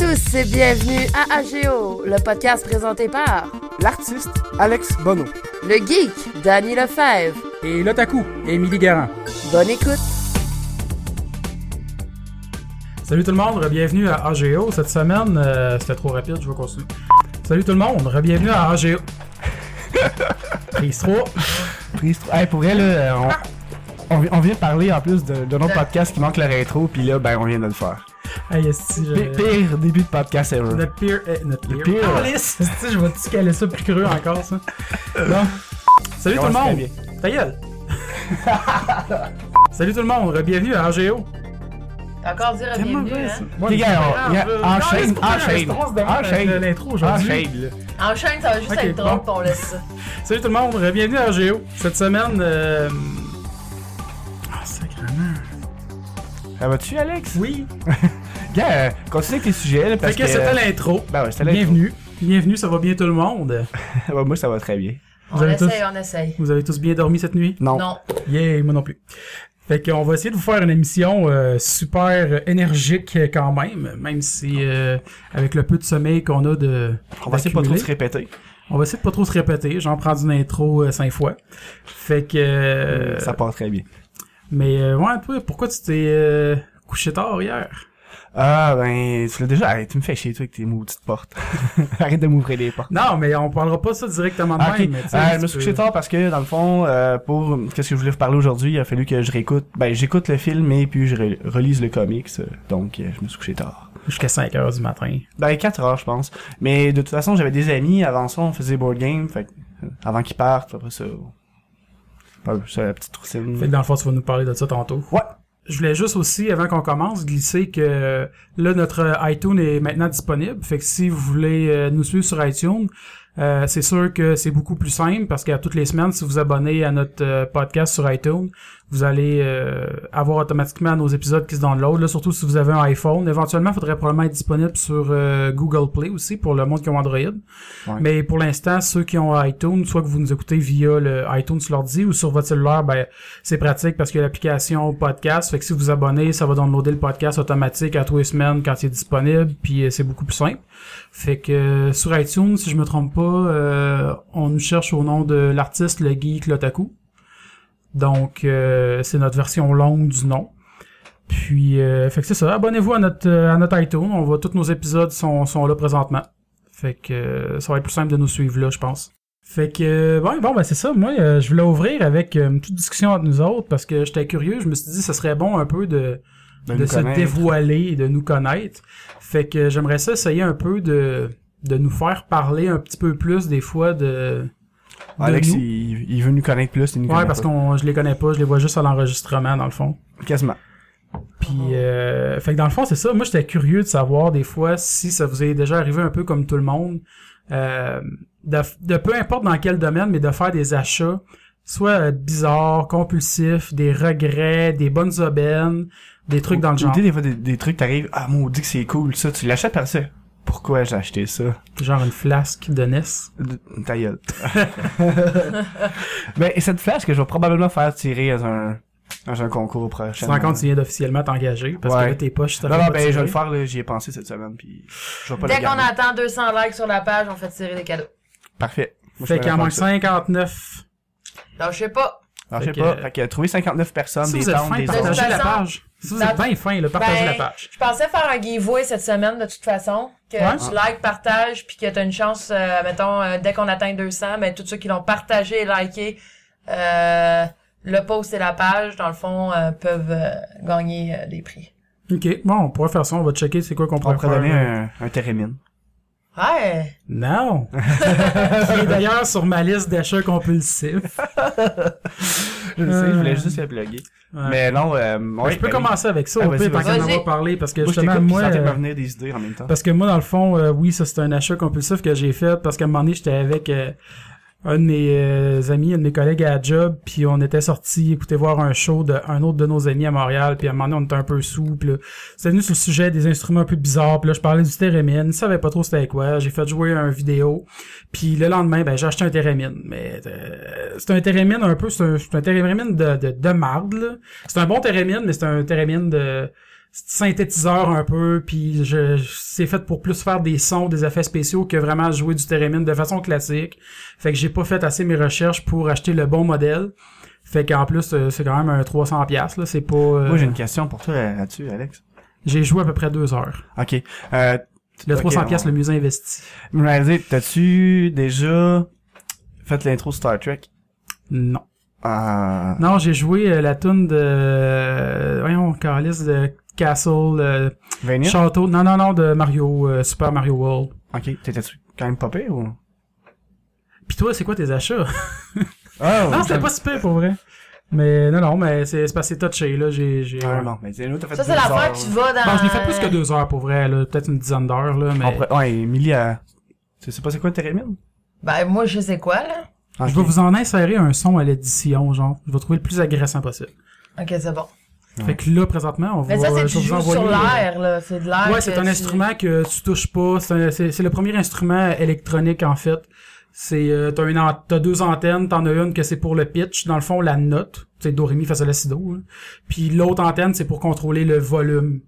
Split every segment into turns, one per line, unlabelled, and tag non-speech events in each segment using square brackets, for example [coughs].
tous et bienvenue à AGO, le podcast présenté par
l'artiste Alex Bono
le geek Danny Lefebvre.
Et l'Otaku, Émilie Garin.
Bonne écoute.
Salut tout le monde, bienvenue à AGO. Cette semaine, euh, c'était trop rapide, je vais continuer. Salut tout le monde, bienvenue
[laughs]
à AGO. Prise 3.
Prise tr- Hey, pour vrai, là, on, on vi- on vient de parler en plus de, de notre podcast qui manque la rétro, puis là, ben, on vient de le faire.
Hey, esti,
P-
je-
pire début de podcast ever.
Notre pire. eh, notre
Le
pire.
pire.
Calice! Esti, je vais-tu caler ça plus creux encore, ça? Bon. Salut tout le
Commence très
monde!
bien.
Ta
[laughs]
gueule! Salut tout le monde, bienvenue à AGO.
Encore dire
Tellement
bienvenue,
vrai,
hein?
Les gars, on-
Ah,
gars,
euh, non,
enchaîne,
c'est pour ça,
enchaîne,
je pense d'avoir
enchaîne,
l'intro aujourd'hui.
enchaîne, là.
Enchaîne, ça va juste
Ok,
être drôle
bon.
qu'on laisse ça.
Salut tout le monde, bienvenue à Géo. Cette semaine, euh... ah, sacrément.
Ça va-tu, Alex?
Oui.
Gars, euh, continue avec les sujets, là,
Fait
parce
que c'était
que...
l'intro.
Ben ouais, c'était l'intro. [laughs]
Bienvenue. Bienvenue, ça va bien tout le monde.
Ouais, Bah, Moi, ça va très bien.
On
avez
essaye, on essaye.
Vous avez tous bien dormi cette nuit?
Non.
Non.
Yeah, moi non plus. Fait qu'on va essayer de vous faire une émission euh, super énergique euh, quand même, même si euh, avec le peu de sommeil qu'on a de...
On va essayer de pas trop
d'accumuler.
se répéter.
On va essayer de pas trop se répéter. J'en prends une intro euh, cinq fois. Fait que... euh,
Ça part très bien.
Mais euh, ouais, toi, pourquoi tu t'es euh, couché tard hier?
Ah, ben, tu l'as déjà... Arrête, tu me fais chier, toi, avec tes maudites portes. [laughs] Arrête de m'ouvrir les portes.
Non, mais on parlera pas ça directement de
Ah, ok.
même. mais tu sais,
Euh, je
tu
me suis
peux-
couché tard parce que, dans le fond, euh, pour qu'est-ce que je voulais vous parler aujourd'hui, il a fallu que je réécoute. Ben, j'écoute le film et puis je re- relise le comics. euh, Donc, euh, je me suis couché tard.
Jusqu'à 5 heures du matin.
Ben, 4 heures, je pense. Mais de toute façon, j'avais des amis. Avant ça, on faisait board game. Fait que, euh, avant qu'ils partent, après ça. on- Ben, c'est la petite routine.
Fait que dans le fond, tu vas nous parler de ça tantôt.
Ouais.
Je voulais juste aussi, avant qu'on commence, glisser que là, notre iTunes est maintenant disponible. Fait que si vous voulez euh, nous suivre sur iTunes, euh, c'est sûr que c'est beaucoup plus simple parce qu'à toutes les semaines, si vous abonnez à notre euh, podcast sur iTunes, vous allez euh, avoir automatiquement nos épisodes qui se downloadent, là, surtout si vous avez un iPhone. Éventuellement, il faudrait probablement être disponible sur euh, Google Play aussi pour le monde qui a Android. Mais pour l'instant, ceux qui ont iTunes, soit que vous nous écoutez via le iTunes sur l'ordi ou sur votre cellulaire, ben, c'est pratique parce qu'il y a l'application podcast. Fait que si vous vous abonnez, ça va downloader le podcast automatique à tous les semaines quand il est disponible. Puis euh, c'est beaucoup plus simple. Fait que euh, sur iTunes, si je me trompe pas, euh, on nous cherche au nom de l'artiste, le geek, l'otaku. Donc euh, c'est notre version longue du nom. Puis euh, fait que c'est ça. Abonnez-vous à notre euh, à notre iTunes. On va tous nos épisodes sont, sont là présentement. Fait que euh, ça va être plus simple de nous suivre là, je pense. Fait que euh, bon, bon ben c'est ça. Moi, euh, je voulais ouvrir avec euh, une petite discussion entre nous autres parce que j'étais curieux. Je me suis dit, ça serait bon un peu de
De
de,
nous
se
connaître.
dévoiler et de nous connaître. Fait que j'aimerais ça essayer un peu de de nous faire parler un petit peu plus des fois de
Alex,
nous.
il, il veut nous connaître plus. Il nous
ouais
connaît
parce
pas.
qu'on je les connais pas je les vois juste à l'enregistrement dans le fond
Quasiment. Ah
Puis, euh, fait que dans le fond, c'est ça. Moi, j'étais curieux de savoir des fois si ça vous est déjà arrivé un peu comme tout le monde, euh, de, de peu importe dans quel domaine, mais de faire des achats, soit euh, bizarres, compulsifs, des regrets, des bonnes aubaines, des trucs dans le
Tu
genre.
dis des fois des, des trucs, t'arrives, ah, maudit que c'est cool, ça. Tu l'achètes par ça. Pourquoi j'ai acheté ça?
Genre une flasque de NES.
De- Ta gueule. [laughs] ben, et cette flash que je vais probablement faire tirer dans un, dans un concours
Tu
prochain.
te rends compte, tu viens d'officiellement t'engager parce que
Ouais.
là, tes poches, ça
Non,
fait
non,
pas
ben, je vais
tirer.
le faire, là, j'y ai pensé cette semaine, puis je vais pas
Dès
le
qu'on
garder.
attend 200 likes sur la page, on fait tirer des cadeaux.
Parfait. Moi, je
Fait
peux
qu'il en
faire
manque
ça.
59.
Donc, je sais pas.
Alors, je
Fait
sais
que-
pas, fait que trouver 59 personnes,
Si
des
vous êtes
temps,
fin,
des
De toute
partagez
âges.
la
façon,
page. Si vous êtes
dans-
bien fin, là, partagez
Ben,
la page.
Je pensais faire un giveaway cette semaine, de toute façon. Que
Ouais.
tu likes, partages, puis que t'as une chance, euh, mettons, euh, dès qu'on atteint 200, mais tous ceux qui l'ont partagé et liké, euh, le post et la page, dans le fond, euh, peuvent euh, gagner euh, des prix.
Ok, bon, on pourrait faire ça, on va checker c'est quoi qu'on
On
pourrait
pourrait donner
faire.
un, un térémine.
Ouais!
Non! Qui est d'ailleurs sur ma liste d'achats compulsifs.
Je le sais, je voulais juste le plugger.
Ouais.
Mais non, euh, ouais,
je peux
ben oui.
commencer avec ça,
Ah,
au
vas-y,
pire, tant
vas-y.
qu'on en va
Vas-y.
parler, parce que
Moi, je
justement,
t'écoute, puis
moi...
ça
euh,
me venir des idées en même temps.
Parce que moi, dans le fond, euh, oui, ça c'est un achat compulsif que j'ai fait parce qu'à un moment donné, j'étais avec euh, un de mes euh, amis, un de mes collègues à la job, puis on était sortis écouter voir un show d'un autre de nos amis à Montréal, puis à un moment donné, on était un peu souple. C'est venu sur le sujet des instruments un peu bizarres, puis là, je parlais du thérémine, je savais pas trop c'était quoi, j'ai fait jouer un vidéo, puis le lendemain, ben, j'ai acheté un thérémine, mais euh, c'est un thérémine un peu, c'est un, c'est un thérémine de, de, de marde, là. C'est un bon thérémine, mais c'est un thérémine de... synthétiseur un peu, puis je, je- c'est fait pour plus faire des sons, des effets spéciaux que vraiment jouer du theremin de façon classique. Fait que j'ai pas fait assez mes recherches pour acheter le bon modèle. Fait qu'en plus, euh, c'est quand même un 300$, piastres, là, c'est pas... euh,
Moi, j'ai une question pour toi là- là-dessus, Alex.
j'ai joué à peu près deux heures.
OK. Euh,
Le
Ok,
300$, piastres,
on-
le musée investi.
Riley, t'as-tu déjà fait l'intro Star Trek?
Non.
Ah,
Non, j'ai joué euh, la tune de... euh, Voyons, Calice de Castle... euh,
Venir?
Château... Non, non, non, de Mario... euh, Super Mario World.
OK. T'étais-tu quand même popé ou?
Pis toi, c'est quoi
[laughs]
tes achats?
Oh,
non, c'était pas super pour vrai. Mais non, non, mais c'est c'est parce que c'est touché, là. J'ai... j'ai-
Ah, non, mais c'est l'autre, t'as fait
Ça, c'est
deux
l'affaire
heures.
que tu vas dans...
Bon, Ben, je l'ai fait plus que deux heures pour vrai, là. Peut-être une dizaine d'heures, là, mais...
On pourrait- Ouais, Emily, euh, tu sais pas c'est quoi le Térémine?
Ben, moi, je sais quoi, là.
Ah,
Je vais vous en insérer un son à l'édition, genre. Je vais trouver le plus agressant possible.
OK, c'est bon.
Fait que là, présentement, on va...
Mais ça, c'est
je
tu
vais vous
joues sur
envoyer- euh,
l'air, là. C'est de l'air
Ouais,
que
c'est un
tu-
instrument que tu touches pas. C'est un- C'est c'est le premier instrument électronique, en fait. C'est euh, t'as une an- t'as deux antennes, t'en as une que c'est pour le pitch, dans le fond la note, c'est do ré mi fa sol la si do. hein. Puis l'autre antenne c'est pour contrôler le volume.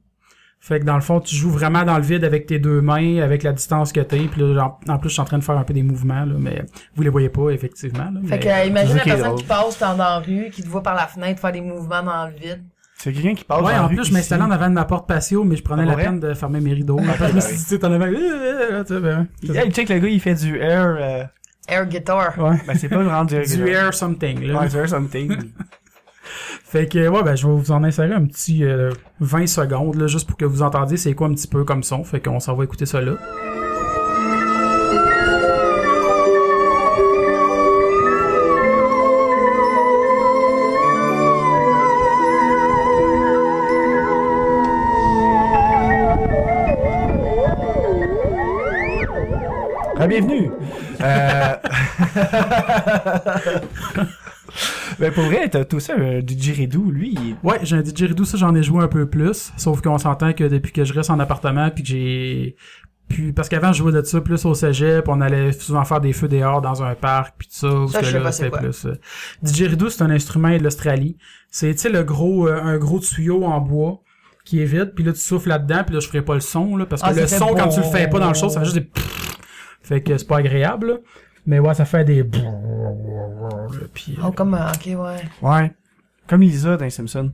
Fait que dans le fond tu joues vraiment dans le vide avec tes deux mains, avec la distance que t'es. Puis là, en, en plus je suis en train de faire un peu des mouvements là, mais vous les voyez pas effectivement. là,
Fait
mais-
que,
Ben,
euh, imagine la
Suzuki est
personne
drôle.
qui passe dans la rue, qui te voit par la fenêtre faire des mouvements dans le vide.
C'est quelqu'un qui parle
Ouais, en plus, je m'installais en avant de ma porte patio, mais je prenais
Ah,
la
pour vrai? Ah, ben
peine de fermer mes rideaux. Après, je me suis dit, tu sais, t'en avais... tu sais, ben, c'est ça.
Hey, check, le gars, il fait du air, euh,
Air guitar.
Ouais.
ben c'est pas vraiment du air.
du air something. Là.
Ouais, du air something.
Fait que, ouais, ben, je vais vous en insérer un petit euh, 20 secondes, là, juste pour que vous entendiez c'est quoi un petit peu comme son. Fait qu'on s'en va écouter ça là.
Ah, bienvenue! Euh... [laughs] ben pour vrai, t'as tout ça, euh, du Jiridou, lui, il est-
Ouais, j'ai un didgeridoo, ça, j'en ai joué un peu plus. Sauf qu'on s'entend que depuis que je reste en appartement, puis que j'ai... Puis, parce qu'avant, je jouais de ça plus au cégep, on allait souvent faire des feux dehors dans un parc, puis tout ça, parce
je
que
sais
là,
pas c'est
c'était
quoi.
plus... euh, Didgeridoo, c'est un instrument de l'Australie. C'est, tu sais, le gros, euh, un gros tuyau en bois qui est vide, puis là, tu souffles là-dedans, puis là, je ferai pas le son, là, parce que
Ah, ça
le
fait
son, quand tu le fais pas dans le show, ça fait juste des... Fait que c'est pas agréable, là. Mais ouais, ça fait des... Puis, euh,
Oh, comme... euh, OK, ouais.
Ouais. Comme Lisa dans les Simpsons.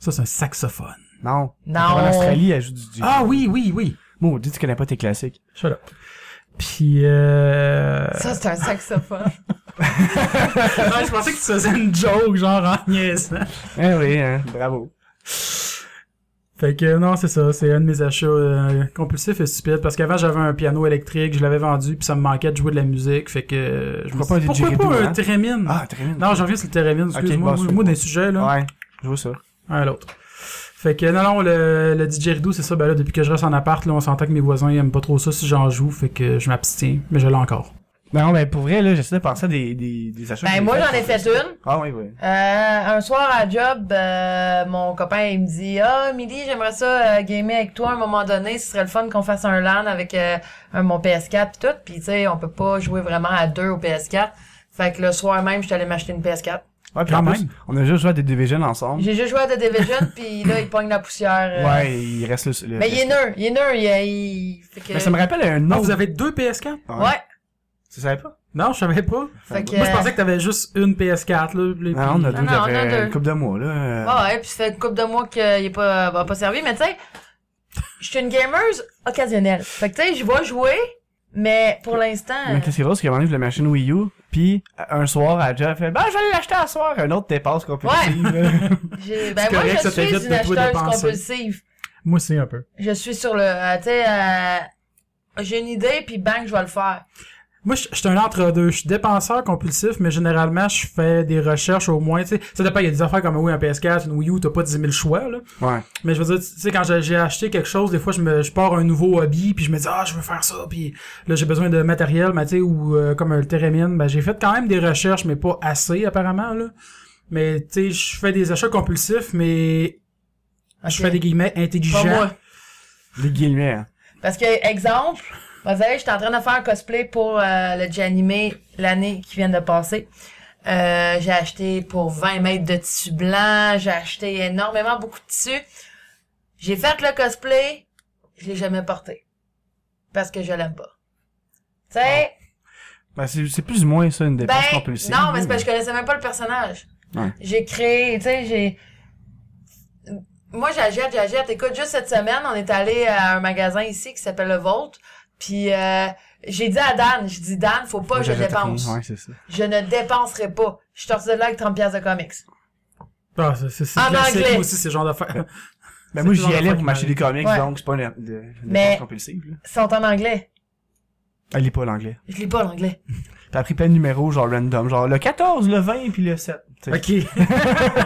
ça, c'est un saxophone.
Non.
Non.
En Australie, elle joue du Jiridou.
Ah oui, oui, oui!
Maudit, tu connais pas tes classiques.
Shut up. Puis, euh...
Ça, c'est
[laughs]
un saxophone.
Ah, je pensais que tu faisais une joke, genre en niaisant.
Eh oui, hein, bravo.
Fait que euh, non, c'est ça, c'est un de mes achats euh, compulsifs et stupides, parce qu'avant j'avais un piano électrique, je l'avais vendu, puis ça me manquait de jouer de la musique, fait que euh, je me
Pourquoi
suis
pas un
dit, pourquoi
didgeridoo,
pas
hein?
un thérémine?
Ah, très bien.
Non, j'en viens sur le thérémine,
Ok,
excuse-moi,
bon,
moi,
c'est
moi,
bon.
des sujets, là,
Ouais, je vois ça.
un à l'autre. Fait que non, non, le, le didgeridoo, c'est ça, ben là, depuis que je reste en appart, là, on s'entend que mes voisins ils aiment pas trop ça si j'en joue, fait que je m'abstiens, mais je l'ai encore.
Ben Non, mais pour vrai, là, j'essaie de penser à des, des, des achats. que
ben,
j'ai
moi,
faits
j'en ai
pour
fait
ça.
une.
Ah oui, oui.
Euh, un soir à job, euh, mon copain il me dit Ah, Milly, j'aimerais ça euh, gamer avec toi à un moment donné, ce serait le fun qu'on fasse un LAN avec euh, un, mon PS4 pis tout. Puis tu sais, on peut pas jouer vraiment à deux au PS4. Fait que le soir même, je suis allé m'acheter une PS4.
Ouais, puis
Quand
en plus,
même.
on a déjà joué à des Division ensemble.
J'ai juste joué à The Division [laughs] puis là, il pogne la poussière. euh.
Ouais, il reste le. le
Mais Ben, il est nœud, il est nœud, il, il- fait que-
Mais ça me rappelle un
Non,
autre.
vous avez deux PS4?
Ah
Ouais.
Tu savais pas?
Non, je savais pas.
Fait que.
Moi, je pensais que t'avais juste une PS4, là. puis-
Non, Ah, on a
Non,
deux,
non, on a
j'avais
deux.
une couple de mois, là.
Ah ouais, puis ça fait une couple de mois qu'il est pas, va pas servi, mais tu sais, je suis une gameuse occasionnelle. Fait que tu sais, je vais jouer, mais pour l'instant,
Mais qu'est-ce qui est drôle, c'est qu'à un moment donné, je voulais m'acheter une Wii U, puis un soir, elle a déjà fait « Ben, je vais aller l'acheter un soir! » Un autre dépense compulsive.
j'ai- ben moi
correct,
je
ça
suis
t'évite
une
de toi
acheteuse
dépenser.
compulsive.
Moi aussi, un peu.
Je suis sur le, euh, tu sais, euh, j'ai une idée puis bang, je vais le faire.
Moi, je je suis un entre-deux. Je suis dépenseur compulsif, mais généralement, je fais des recherches au moins. tu sais. Ça dépend, il y a des affaires comme oui, un PS4, une Wii U, t'as pas 10 000 choix. Là.
[laughs] ouais.
Mais je veux dire, tu sais, quand j'ai- j'ai acheté quelque chose, des fois, je, me, je pars un nouveau hobby, puis je me dis, ah, je veux faire ça, puis là, j'ai besoin de matériel, mais, tu sais, ou euh, comme un thérémine. Ben, j'ai fait quand même des recherches, mais pas assez, apparemment. Là. Mais, tu sais, je fais des achats compulsifs, mais je
Ok.
fais des guillemets
Pas
intelligents.
moi.
Des guillemets. hein.
Parce que, exemple, vous savez, j'étais en train de faire un cosplay pour euh, le Janimé l'année qui vient de passer. Euh, j'ai acheté pour 20 mètres de tissu blanc, j'ai acheté énormément beaucoup de tissu. J'ai fait le cosplay, je l'ai jamais porté. Parce que je l'aime pas. Tu sais,
Ben, c'est c'est plus ou moins ça une dépense
ben,
compulsive.
non, mais c'est parce que je connaissais même pas le personnage.
Ouais.
J'ai créé, tu sais, j'ai... Moi, j'achète, j'achète. Écoute, juste cette semaine, on est allé à un magasin ici qui s'appelle Le Vault. Puis, euh, j'ai dit à Dan, je dis, Dan, faut pas que je
J'achète rien.
dépense.
Ouais, c'est ça.
Je ne dépenserai pas. Je suis sortie de là avec 30 pièces de comics.
Ah, c'est- c'est c'est
En
classique
anglais.
aussi, ces genres d'affaires. [laughs]
Ben, moi,
C'est toujours
j'y
la
allais
fois
pour
qui
m'acheter des comics,
Ouais.
donc c'est pas une, de- une
Mais-
dépense compulsive, là.
Ils sont en anglais.
Elle lit pas l'anglais.
Je lis
[laughs]
pas l'anglais.
Puis elle a pris plein de numéros, genre random, genre le 14, le 20, puis le 7. tu sais.
Ok.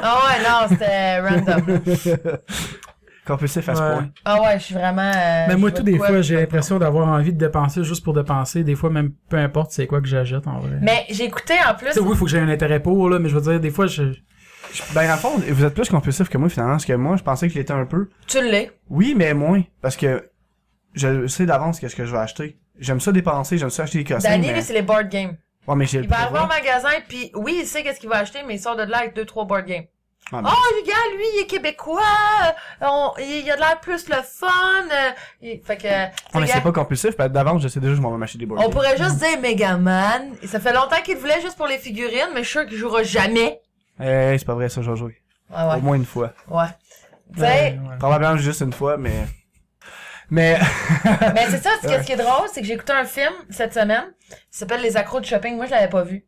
Ah ouais, non, c'était random.
Compulsif à ce
Ouais.
point.
Ah ouais, je suis vraiment... euh,
Mais
je
Ben, moi,
vois
tout
de
des
quoi,
fois,
puis
j'ai
je vois de quoi.
l'impression d'avoir envie de dépenser juste pour dépenser. Des fois, même peu importe c'est quoi que j'achète, en vrai.
Mais j'ai écouté en plus...
Tu sais, oui, faut que j'ai un intérêt pour, là, mais je veux dire, des fois, je...
Je- Ben, en fond, vous êtes plus compulsif que moi, finalement, parce que moi, je pensais que j'étais un peu.
Tu l'es.
Oui, mais moins. Parce que je sais d'avance qu'est-ce que je vais acheter. J'aime ça dépenser, j'aime ça acheter des costumes.
Danny,
mais...
lui, c'est les board games.
Ouais, mais j'ai
Il
le
va
pouvoir.
avoir un magasin, puis oui, il sait qu'est-ce qu'il va acheter, mais il sort de là avec deux, trois board games.
Ah, ben.
Oh, le gars, lui, il est québécois, euh, on- il il a de l'air plus le fun. euh, il- fait que,
Ah, mais
le
c'est
gars,
pas compulsif, parce que d'avance, je sais déjà que je m'en vais m'acheter des board
on
games.
pourrait juste dire Megaman. Ça fait longtemps qu'il voulait juste pour les figurines, mais je suis sûr qu'il jouera jamais.
Eh, c'est pas vrai, ça, je vais jouer.
Ouais,
Au
ouais,
moins une fois.
ouais. Tu sais,
Ouais, ouais.
Probablement juste une fois, mais. Mais.
mais c'est ça, c'est qu'est-ce qui est drôle, c'est que j'ai écouté un film cette semaine, qui s'appelle Les accros de shopping, moi je l'avais pas vu.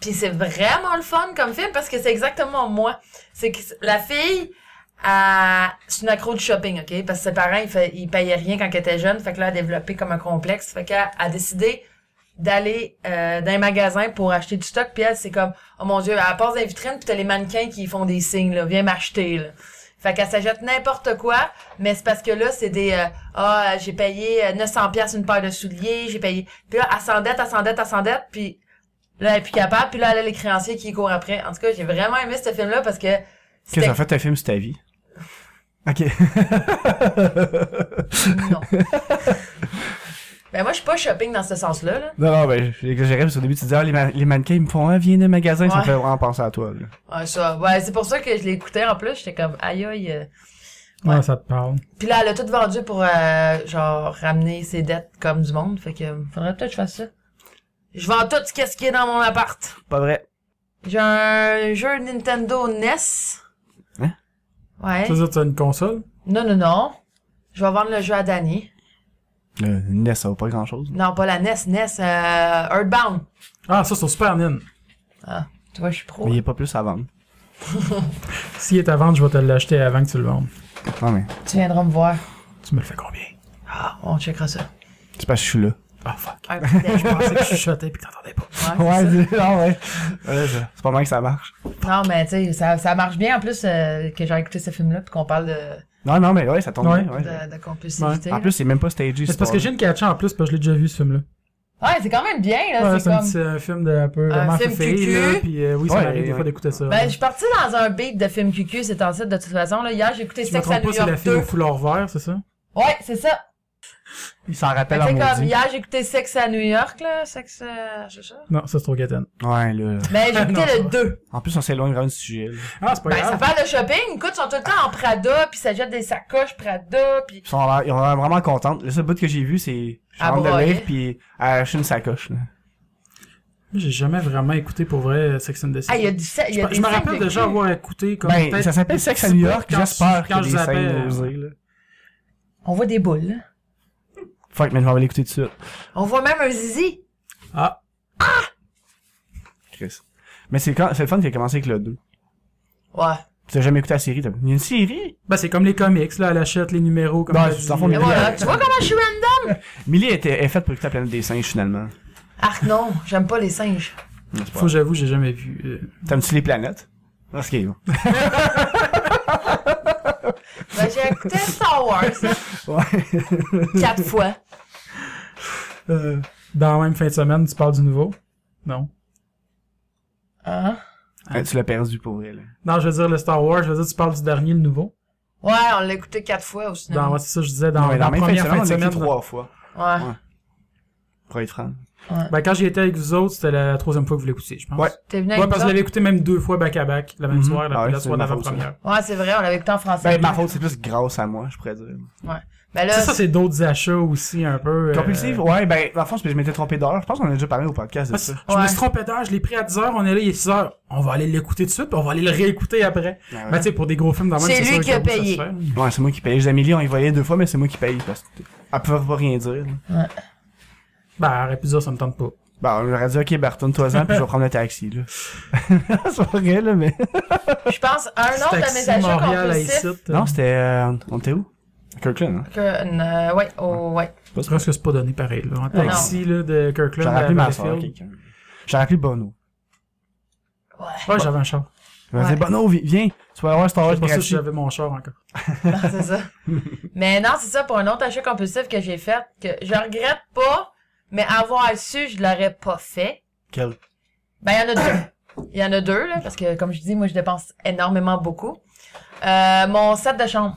Puis c'est vraiment le fun comme film parce que c'est exactement moi. C'est que la fille, elle- c'est une accro de shopping, OK? Parce que ses parents, ils, fa- ils payaient rien quand elle était jeune, fait que là, elle a développé comme un complexe, fait qu'elle a décidé d'aller euh, dans un magasin pour acheter du stock, puis elle, c'est comme, oh mon Dieu, elle passe dans les vitrines, puis t'as les mannequins qui font des signes, là, viens m'acheter, là. Fait qu'elle s'achète n'importe quoi, mais c'est parce que là, c'est des... euh, Ah, j'ai payé euh, 900 pièces une paire de souliers, j'ai payé... Puis là, elle s'endette, elle s'endette, elle s'endette, puis là, elle est plus capable, puis là, elle a les créanciers qui courent après. En tout cas, j'ai vraiment aimé ce film-là parce que...
Qu'est-ce que
c'était-
t'as fait un film sur ta vie? Ok. [laughs]
Non. ben moi, je suis pas shopping dans ce sens-là. Là.
non, non, ben, j'exagérais, parce qu'au début, tu disais, ah, les, ma- les mannequins, ils me font, ah, viens dans le magasin, ça me
Ouais.
fait vraiment penser à toi, là.
Ouais, ça. Ouais, c'est pour ça que je l'écoutais en plus. J'étais comme, aïe aïe. euh.
Ouais,
Ouais.
ça te parle.
Puis là, elle a tout vendu pour, euh, genre, ramener ses dettes comme du monde. Fait que, euh, faudrait peut-être que je fasse ça. Je vends tout ce qu'est-ce qui est dans mon appart.
Pas vrai.
J'ai un jeu Nintendo NES.
Hein?
Ouais.
Ça, ça, tu as une console?
Non, non, non. Je vais vendre le jeu à Danny.
Le NES, Euh, ça vaut pas grand-chose.
Non, pas la E NES, NES, euh, Earthbound.
Ah, ça, c'est au Super Nin.
Ah, tu vois, je suis pro.
Mais il y a pas plus à vendre.
S'il est à vendre, je vais te l'acheter avant que tu le vendes.
Non, mais,
Tu viendras me voir.
Tu me le fais combien?
Ah, on checkera ça.
c'est parce que je suis là.
Ah, fuck.
Un petit déj,
Je pensais que je chuchotais pis que t'entendais pas.
[laughs]
ouais, Ah, c'est ça.
Ouais, c'est- non, ouais. Ouais, ça- c'est pas mal que ça marche.
Non, mais tu sais, ça, ça marche bien en plus euh, que j'ai écouté ce film-là puis qu'on parle de,
Non, non, mais ouais, ça tombe
Ouais.
bien, ouais.
de, de compulsivité.
En plus, c'est même pas stagé.
C'est parce que j'ai une catch en plus, parce que je l'ai déjà vu, ce film-là.
là. Ouais, c'est quand même bien, là.
Ouais,
Ah, c'est
c'est un,
comme. Ah,
petit euh, film de un peu
Un
roman
film
féfé,
cucu.
là, puis euh, oui, ça
Ouais,
m'arrive des
ouais.
fois d'écouter ça.
Ben, je suis partie dans un beat de film QQ, c'est en site de toute façon. Là, hier, j'ai écouté
Si je me
Sex à
trompe
New
pas, c'est la
York
fille au
2.
foulard vert, c'est ça?
Ouais, c'est ça.
Il s'en
Tu
rappelle en
sais, comme
maudit.
hier, j'ai écouté Sex à New York, là. Sex, euh, c'est ça.
Non, ça c'est trop gâtaine.
Ouais, là.
Mais
[laughs]
Ben, j'ai écouté
Non, ça
le
va.
2.
En plus, on s'éloigne vraiment du sujet, là.
Ah, c'est pas
Ben, ça
grave.
parle de shopping. Écoute, ils sont tout le temps en Prada, puis ça jette des sacoches Prada, puis...
Ils sont en l'air- ils ont l'air vraiment contents. Le seul bout que j'ai vu, c'est
À
Charles de
broyer.
rire puis à arracher une sacoche. Là.
Moi, J'ai jamais vraiment écouté pour vrai euh, Sex and the City.
Ah, il y a du... sa- il Y a des
je me
films
rappelle
de
déjà
cul.
avoir écouté comme
Ben,
peut-être
ça s'appelle Sex à
petit
New
bout
York,
quand-
j'espère
quand
que les
je zappais,
scènes
euh,
osées, là.
On voit des boules. hein.
Fuck, mais je m'en vais l'écouter tout de suite.
On voit même un zizi.
Ah,
Chris. Mais c'est quand, c'est le fun qui a commencé avec le 2.
Ouais.
Tu n'as jamais écouté la série, t'as, il y a une série?
ben c'est comme les comics, là, elle achète les numéros comme
Ouais,
t'as
Ben, c'est
dit.
dans le fond,
[laughs]
Et voilà, tu vois comment je suis random?
Millie était, est faite pour écouter la planète des singes, finalement.
Ah non, j'aime pas les singes.
Non, c'est pas
Faut que
grave.
j'avoue, j'ai jamais vu. euh,
T'aimes-tu les planètes? Ah, c'est qu'il est bon.
Ben, j'ai écouté Star Wars
Ouais.
quatre fois.
Euh,
Dans la même fin de semaine, tu parles du nouveau? Non.
Hein?
ouais, Euh, tu l'as perdu pour vrai, là.
Non, je veux dire le Star Wars, je veux dire tu parles du dernier, le nouveau.
Ouais, on l'a écouté quatre fois au
Dans,
cinéma.
ouais, c'est ça que je disais, dans,
Ouais,
dans la
même fin de
première
semaine,
fin de
on l'a écouté
semaine.
trois fois.
Ouais.
Ouais. pour être franc.
Ouais.
Ben, quand j'y étais avec vous autres, c'était la troisième fois que vous l'écoutiez, je pense.
Ouais.
T'es venu
Ouais,
avec
parce que je
nous
l'avais écouté même deux fois back-à-back, la même
Mhm.
soirée, la,
Ah ouais,
la
c'est
soirée
ma faute,
d'avant-première.
autres? Ouais, c'est vrai, on l'avait écouté en français.
Ben, ma faute, c'est plus grâce à moi, je pourrais dire.
Ben là,
Ça, ça c'est d'autres achats aussi, un peu. euh,
Compulsif, ouais, ben, dans le fond, c'est parce que je m'étais trompé d'heure. Je pense qu'on a déjà parlé au podcast de
parce-
ça.
Ah, Je
Ouais.
me suis trompé d'heure, je l'ai pris à 10h, on est là, il est 6h. On va aller l'écouter tout de suite, puis on va aller le réécouter après.
Ah ouais.
Ben, tu sais, pour des gros films dans le même,
C'est lui
sûr
qui a
que ça se
payé.
fait.
Ouais, c'est moi qui paye. Les Amélie, on y voyait deux fois, mais c'est moi qui paye parce qu'elle pouvait pas rien dire. là.
Ben, arrête plus dire, ça me tente pas.
Bon, j'aurais dit, ok, ben, retourne-toi-en, puis je vais prendre le taxi, là. [laughs] c'est pas vrai, là, mais.
je pense un autre de mes
Taxi,
achats
Montréal, à
compulsifs.
ici.
[laughs] Non, c'était, euh, on était où? À Kirkland, hein?
Que, euh, ouais, oh, ouais.
Je pense que c'est pas donné pareil, là. En
Non.
taxi, là, de Kirkland.
J'aurais
à
appelé ma soeur,
Valleyfield.
quelqu'un. J'aurais appelé Bono.
Ouais, j'avais un char.
Je vais dit,
Ouais.
Bono, vi- viens, tu vas avoir Star
Je
Wars
sais pas si
gratuit.
j'avais mon char encore.
Non, [laughs] c'est ça. mais non, c'est ça, pour un autre achat compulsif que j'ai fait, que je regrette pas, mais avoir su, je l'aurais pas fait.
Quel?
Ben, il y en a deux. Il y en a deux, là, parce que, comme je dis, moi, je dépense énormément beaucoup. Euh, mon set de chambre.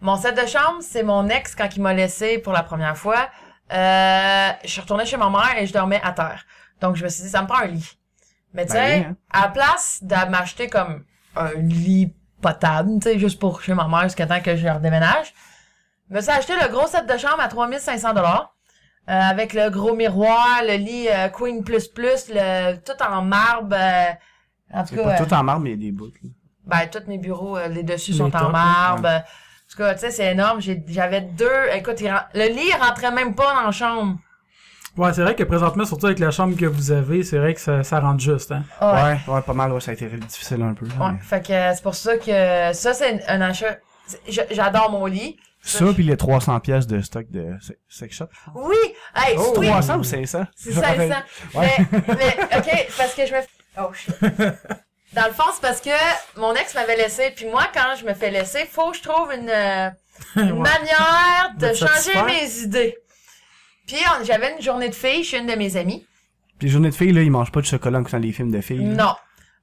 Mon set de chambre, c'est mon ex, quand il m'a laissé pour la première fois, euh, je suis retournée chez ma mère et je dormais à terre. Donc, je me suis dit, ça me prend un lit. Mais tu
Ben
sais,
oui, hein.
à la place de m'acheter comme un lit potable, tu sais, juste pour chez ma mère jusqu'à temps que je redéménage, je me suis acheté le gros set de chambre à 3500 dollars. Euh, avec le gros miroir, le lit euh, Queen plus plus, le tout en marbre. euh, en tout
C'est
cas,
pas
euh,
tout en marbre, mais il y a des bouts, là.
ben tous mes bureaux euh, les dessus
Les
sont
tops,
en
là,
marbre. euh, En tout cas, tu sais, c'est énorme. J'ai- J'avais deux. Écoute, il ren- le lit il rentrait même pas dans la chambre.
Ouais, c'est vrai que présentement, surtout avec la chambre que vous avez, c'est vrai que ça, ça rentre juste, hein. [laughs]
Ah, ouais.
Ouais, ouais, pas mal, ouais, ça a été difficile un peu. là,
Ouais,
mais-
Fait que euh, c'est pour ça que ça c'est un achat. c'est- je- J'adore mon lit.
Ça, puis les 300 pièces de stock de se- sex shop.
Oui, hey,
Oh,
c'est- oui,
300 ou 500?
c'est
Je me
500.
rappelle. Ouais.
Mais, mais ok, parce que je me. Oh shit. Dans le fond, c'est parce que mon ex m'avait laissé, puis moi, quand je me fais laisser, faut que je trouve une, euh, une
Ouais.
manière de
De te
changer
satisfaire.
mes idées. Puis on- j'avais une journée de filles chez une de mes amies.
Puis les journées de filles, là, ils mangent pas de chocolat en écoutant les films de filles. là.
Non.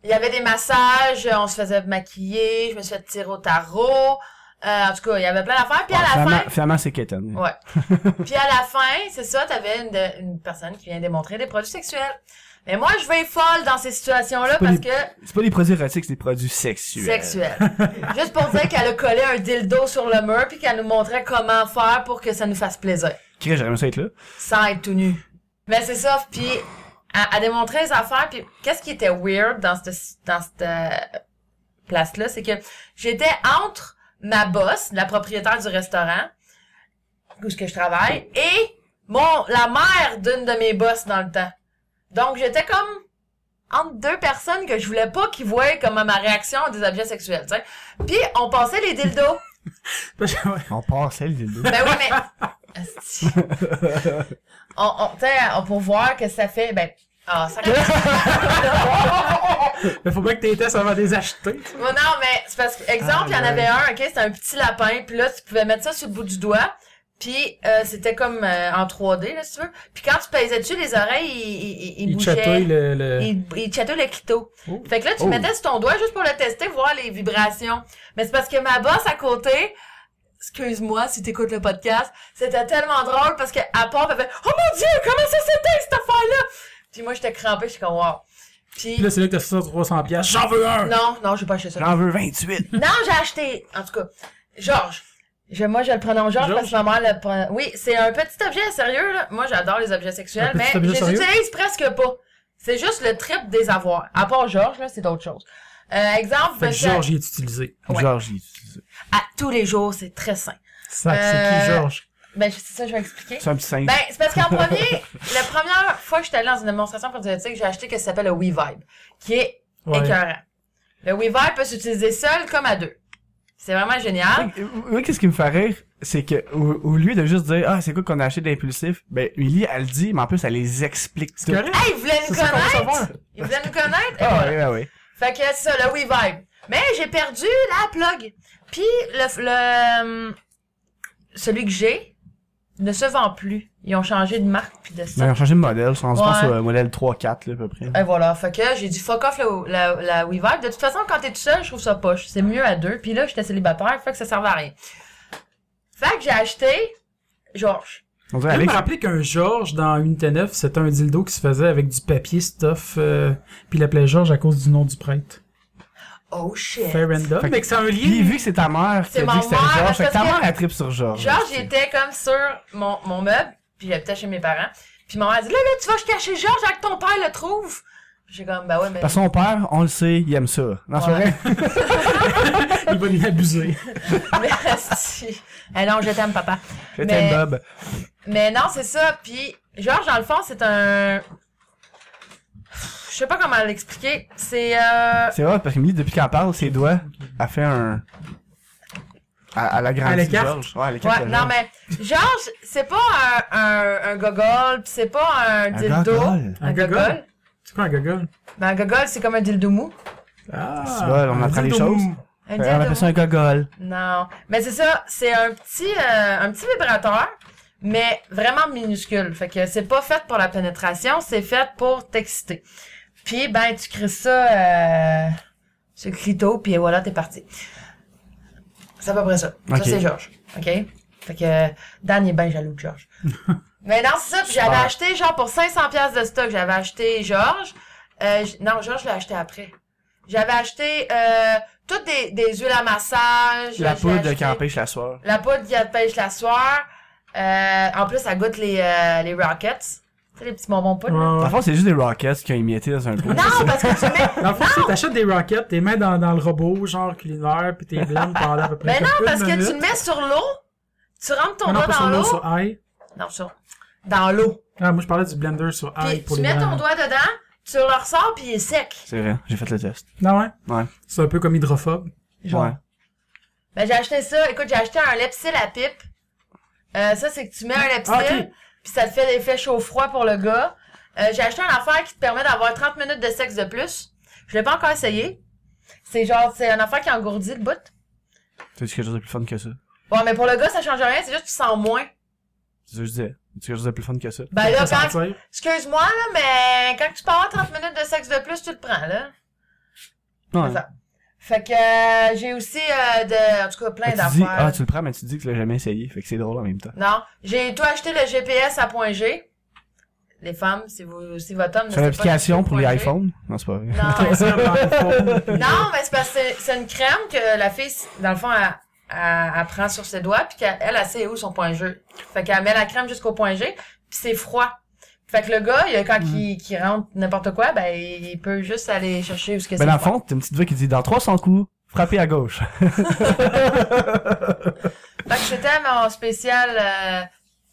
Il y avait des massages, on se faisait maquiller, je me suis fait tirer au tarot. Euh, en tout cas, il y avait plein d'affaires. Puis
Ouais,
à la
finalement,
fin,
finalement, c'est Ketan. [laughs]
Ouais. Puis à la fin, c'est ça, t'avais une, de- une personne qui vient démontrer des produits sexuels. Mais moi, je vais folle dans ces situations-là
pas
parce
des-
que
C'est pas des produits érotiques, c'est des produits sexuels.
sexuels. Juste pour dire qu'elle a collé un dildo sur le mur puis qu'elle nous montrait comment faire pour que ça nous fasse plaisir.
Chris, j'aimerais ça être là.
sans être tout nu. Mais c'est ça, puis à, à démontrer les affaires, puis qu'est-ce qui était weird dans cette, dans cette euh, place-là, c'est que j'étais entre ma boss, la propriétaire du restaurant, où ce que je travaille, et mon, la mère d'une de mes boss dans le temps. Donc j'étais comme entre deux personnes que je voulais pas qu'ils voient comme ma réaction à des objets sexuels, tu sais. Puis on passait les dildos.
Parce que, ouais.
On part celle des deux.
Ben oui, mais. Asti. on, on, tu sais, on- pour voir que ça fait. Ben. Ah, ça
Mais faut bien que t'aies tests avant de les acheter.
Bon, non, mais c'est parce que, exemple, il y en
Aïe,
avait un, ok, c'était un petit lapin, puis là, tu pouvais mettre ça sur le bout du doigt, puis euh, c'était comme euh, en 3D, là, si tu veux. Puis quand tu pesais dessus, les oreilles, ils, ils, ils,
Ils
bougeaient.
chatouillent le, le...
Il, il chatouille le clito.
Euh. Oh.
Fait que là, tu
Oh.
mettais sur ton doigt juste pour le tester, voir les vibrations. Mais c'est parce que ma boss à côté, excuse-moi si t'écoutes le podcast, c'était tellement drôle parce qu'à part, elle fait « Oh mon Dieu, comment ça s'éteint, cette affaire-là? » Puis moi, j'étais crampée, je suis comme « Wow. » Puis...
Puis là, c'est là que t'as sorti ça 300 piastres. J'en veux un!
Non, non, j'ai pas acheté
[laughs]
ça.
J'en veux 28.
Non, j'ai acheté. En tout cas, Georges. Je, moi, je le prenais en Georges
Georges?
parce que ma mère le prenait. Oui, c'est un petit objet, sérieux, là. Moi, j'adore les objets sexuels,
Un
mais
petit
je
objet
les
sérieux?
utilise presque pas. C'est juste le trip des avoirs. À part Georges, là, c'est d'autres choses. Euh, exemple,
Fait que
monsieur-
Georges, il est utilisé.
Ouais.
Georges, il utilise ça.
à tous les jours, c'est très sain.
Sac,
Euh,
c'est qui, Georges?
Ben, je- c'est ça, je vais expliquer.
C'est un petit singe.
Ben, c'est parce qu'en premier, [laughs] la première fois que j'étais allée dans une démonstration prototypique, j'ai acheté ce qui s'appelle le WeVibe, qui est
Ouais.
écœurant. Le WeVibe peut s'utiliser seul comme à deux. C'est vraiment génial.
Fait que, euh, Moi, qu'est-ce qui me fait rire, c'est que au, au lieu de juste dire ah c'est quoi qu'on a acheté d'impulsif, ben Lily elle le dit, mais en plus elle les explique. tout.
correct.
Hey, ils voulaient nous
C'est ça qu'on veut
connaître!
savoir.
Ils voulaient nous connaître! Et
Ah
voilà.
ouais, ouais, ouais.
Fait que c'est ça, le WeVibe. Mais j'ai perdu la plug. Puis le, le hum, celui que j'ai ne se vend plus. Ils ont changé de marque puis de
Ben, on
ça.
a changé de modèle, on se
Ouais. Euh,
pense sur le modèle 3-4 là à peu près.
Et voilà, fait que j'ai dit fuck off le- la, la WeVibe. De toute façon, quand t'es tout seul, je trouve ça poche. C'est mieux à deux. Puis là, j'étais célibataire, fait que ça servait à rien. Fait que j'ai acheté Georges.
On dirait
Je me
Alex.
rappelais qu'un Georges dans Unité 9, c'était un dildo qui se faisait avec du papier stuff, euh, puis il l'appelait Georges à cause du nom du prêtre.
Oh shit.
Fair and Dumb.
Fait que-
Mais que c'est un
Puis
lien.
vu que c'est ta mère qui
C'est
a
ma
dit que c'était
mère,
Georges, fait que ta
parce que-
mère elle tripe sur Georges.
Genre, j'étais comme sur mon, mon meuble, puis j'habitais chez mes parents. Puis mon mère a dit, là, là, tu vas cacher Georges avec ton père le trouve. J'ai comme, bah ouais, mais.
Parce que son père, on le sait, il aime ça. Non, c'est
Ouais.
vrai?
Il va l'abuser.
mais [laughs] asti. Eh non, je t'aime, papa.
Je
Mais-
t'aime, Bob.
Mais non, c'est ça. Puis Georges, dans le fond, c'est un. Je sais pas comment l'expliquer. C'est. Euh...
C'est vrai, parce que Milly, depuis qu'elle parle, ses doigts, elle fait un. À, la grande
À l'écart.
Georges. Ouais, à l'écart.
Ouais,
de
non,
Georges.
mais Georges, c'est pas un, un, un gogol, pis c'est pas un dildo.
gogol?
Un
Un gogol?
gogol.
C'est quoi un gogol?
Ben, un gogol, c'est comme un dildo mou.
Ah,
C'est vrai, on
un
apprend les
dildo
choses.
mou.
Un
Fait, On appelle ça un gogol.
Non. Mais c'est ça, c'est un petit euh, un petit vibrateur, mais vraiment minuscule. Fait que c'est pas fait pour la pénétration, c'est fait pour t'exciter. Puis ben tu crées ça euh, sur le clito, puis voilà, t'es parti. C'est à peu près ça.
Ok.
Ça c'est Georges. OK? Fait que euh, Dan il est bien jaloux
[laughs]
de Georges. mais non, c'est ça, puis j'avais
Super.
acheté genre pour 500$ piastres de stock, j'avais acheté Georges. Euh, j- non, Georges, je l'ai acheté après. J'avais acheté euh, toutes des, des huiles à massage.
La
j'ai
poudre
acheté-
qui empêche la soirée.
La poudre qui empêche la soirée. Euh, en plus, ça goûte les, euh, les Rockets. Tu sais, les petits bonbons poudres. là.
Dans
Ouais,
le
ouais.
fond, c'est juste des rockets qui ont émietté dans un pot.
Non, parce que tu
[laughs]
mets...
Ah!
Dans le fond, c'est- t'achètes des rockets, t'es mets dans, dans le robot, genre culinaire, puis t'es blâme pendant à peu près
Mais Ben non,
quelques
parce que tu le
minutes.
mets sur l'eau. Tu rentres ton
Ah non,
doigt
pas sur
dans
l'eau,
l'eau.
sur I.
Non, sur... Dans l'eau.
Ah, moi, je parlais du blender sur I
Puis
Ah, pour
tu
les
mets ton
grands.
doigt dedans, tu le ressors, puis il est sec.
C'est vrai, j'ai fait le test.
Non, ouais?
Ouais.
C'est un peu comme hydrophobe.
Genre.
Ouais.
Ben, j'ai acheté ça. Écoute, j'ai acheté un Lepsil à pipe. Euh, ça, c'est que tu mets un Lepsil,
Ah, ok.
puis ça te fait l'effet chaud-froid pour le gars. Euh, j'ai acheté un affaire qui te permet d'avoir 30 minutes de sexe de plus. Je l'ai pas encore essayé. C'est genre, c'est un affaire qui engourdit le bout.
T'as dit quelque chose de plus fun que ça.
Bon, mais pour le gars, ça change rien, c'est juste que tu sens moins.
C'est ça que je disais. T'as dit quelque chose de plus fun que ça.
Ben là,
Pour
quand...
sentir.
Excuse-moi, là, mais quand tu peux avoir 30 minutes de sexe de plus, tu le prends, là.
Non,
C'est ça. Fait que euh, j'ai aussi, euh, de... en tout cas, plein
tu dis,
d'affaires.
ah, tu le prends, mais tu dis que tu l'as jamais essayé. Fait que c'est drôle en même temps.
Non, j'ai tout acheté le GPS à point G. Les femmes, si vous, si votre homme ne
C'est une
sait pas
application
le
pour les
point G.
iPhones? Non, c'est pas vrai. Ben, [laughs]
Non, mais c'est-
Ça, dans le fond.
non, mais c'est parce que c'est- c'est une crème que la fille, dans le fond, elle, elle- elle prend sur ses doigts puis qu'elle elle, elle sait où son point G. Fait qu'elle met la crème jusqu'au point G puis c'est froid. Fait que le gars, il, quand
Hmm.
il, qu'il rentre n'importe quoi, ben il peut juste aller chercher où ce que
Ben,
c'est.
dans le
froid.
fond, t'as une petite voix qui dit, dans 300 coups, frappez à gauche.
Fait que c'était mon spécial euh,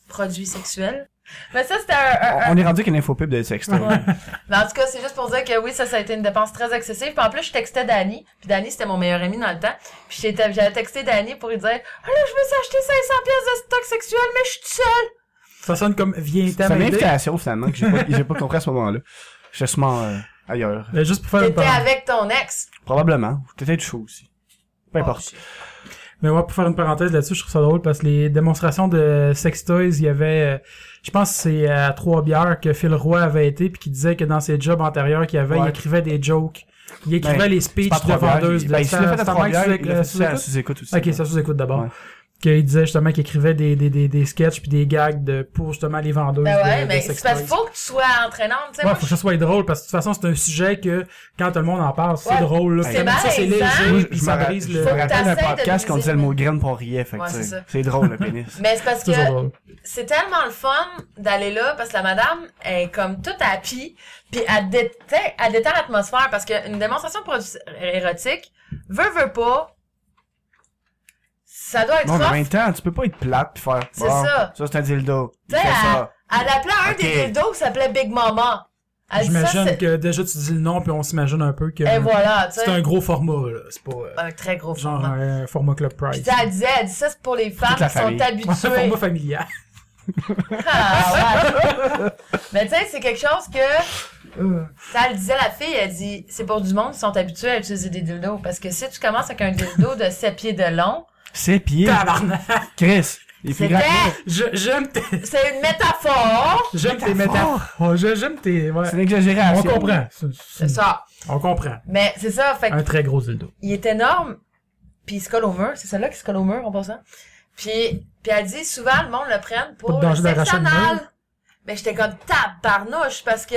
produit sexuel. Mais ça, c'était un- un- un,
On on est rendu qu'une infopub de sexto.
Mais en tout cas, c'est juste pour dire que oui, ça, ça a été une dépense très excessive. Puis en plus, je textais Dani. Puis Dani, c'était mon meilleur ami dans le temps. Puis j'étais- j'avais texté Dani pour lui dire Ah là, je me suis acheté 500 pièces de stock sexuel, mais je suis toute seule.
Ça sonne comme viens
C'est une
t'amener.
invitation, finalement, que j'ai pas, j'ai pas compris à ce moment-là. J'étais sûrement euh, ailleurs.
Mais juste pour faire une
T'étais
parenthèse.
avec ton ex.
Probablement. Ou Peut-être chaud aussi. Peu
Ah,
importe.
Mais moi, pour faire une parenthèse là-dessus, je trouve ça drôle parce que les démonstrations de sex toys, il y avait, euh, je pense que c'est à trois bières que Phil Roy avait été puis qui disait que dans ses jobs antérieurs qu'il avait,
Ouais.
il écrivait des jokes, il écrivait
Ben,
les
C'est
speeches
pas
de
Trois-Bières,
vendeuses
il-
de
ben, il se l'a fait à
c'est en
trois
même que
bières,
tu-
il l'a
euh,
fait à
sous-écoute?
sous-écoute aussi.
Ok, ça sous-écoute d'abord.
Ouais.
Qu'il disait justement qu'il écrivait des, des, des, des sketchs puis des gags de, pour justement les vendeuses
Ben ouais,
de, de
mais
sex
c'est parce
toys.
qu'il faut que tu sois entraînante. Tu sais,
Ouais,
moi,
faut que
je-
ça soit drôle parce que de toute façon, c'est un sujet que quand tout le monde en parle, c'est
Ouais.
drôle. Là,
C'est
Comme ça, c'est
malaisant.
léger, puis
me
ça
ra-
brise
je
le.
me
Faut que
rappelle un
t'essayes de
podcast qu'on
briser
disait le
le-
mot graine pour riait. Fait que,
Ouais,
tu sais,
c'est ça.
c'est drôle, le pénis.
Mais [laughs] c'est parce que
Toujours drôle.
c'est tellement le fun d'aller là parce que la madame est comme toute happy puis elle détend, elle détend l'atmosphère parce qu'une démonstration produ- érotique veut veut pas ça doit être
Non, mais en
rough.
même temps, tu peux pas être plate pis faire.
C'est
bon,
ça.
Ça, c'est un dildo.
Tu sais,
Fais
elle,
ça.
elle appelait un
Ok.
des dildos qui s'appelait Big Mama. Elle dit ça,
J'imagine
c'est...
que déjà tu dis le nom, puis on s'imagine un peu que
Et voilà, tu
c'est
sais.
un gros format, là. C'est pas euh,
Un très gros
genre
format.
un format Club
Puis
Price.
elle disait, elle dit ça, c'est pour les femmes
la
qui sont
famille.
Un [laughs]
habituées.
[laughs]
format familial.
Ah, ouais. Mais tu sais, c'est quelque chose que. Ça le disait la fille, elle dit c'est pour du monde qui sont habitués à utiliser des dildos. Parce que si tu commences avec un dildo de 7 pieds de long,
Ses pieds.
Tabarnak!
Chris. Il est plus
c'était.
grand.
Je- J'aime tes,
C'est une métaphore.
j'aime tes
Métaphore.
métaphores. Oh, je- J'aime tes. ouais.
C'est une exagération.
On comprend. C'est- c'est-
C'est ça.
On comprend.
Mais c'est ça, fait que
Un très gros dildo.
il est énorme. Puis il se colle au mur. C'est celle-là qui se colle au mur en passant. Puis, puis elle dit souvent, le monde le prenne
Pas
pour
de
le
danger
sexe
d'arracher une
anal.
meule.
Mais j'étais comme tabarnouche parce que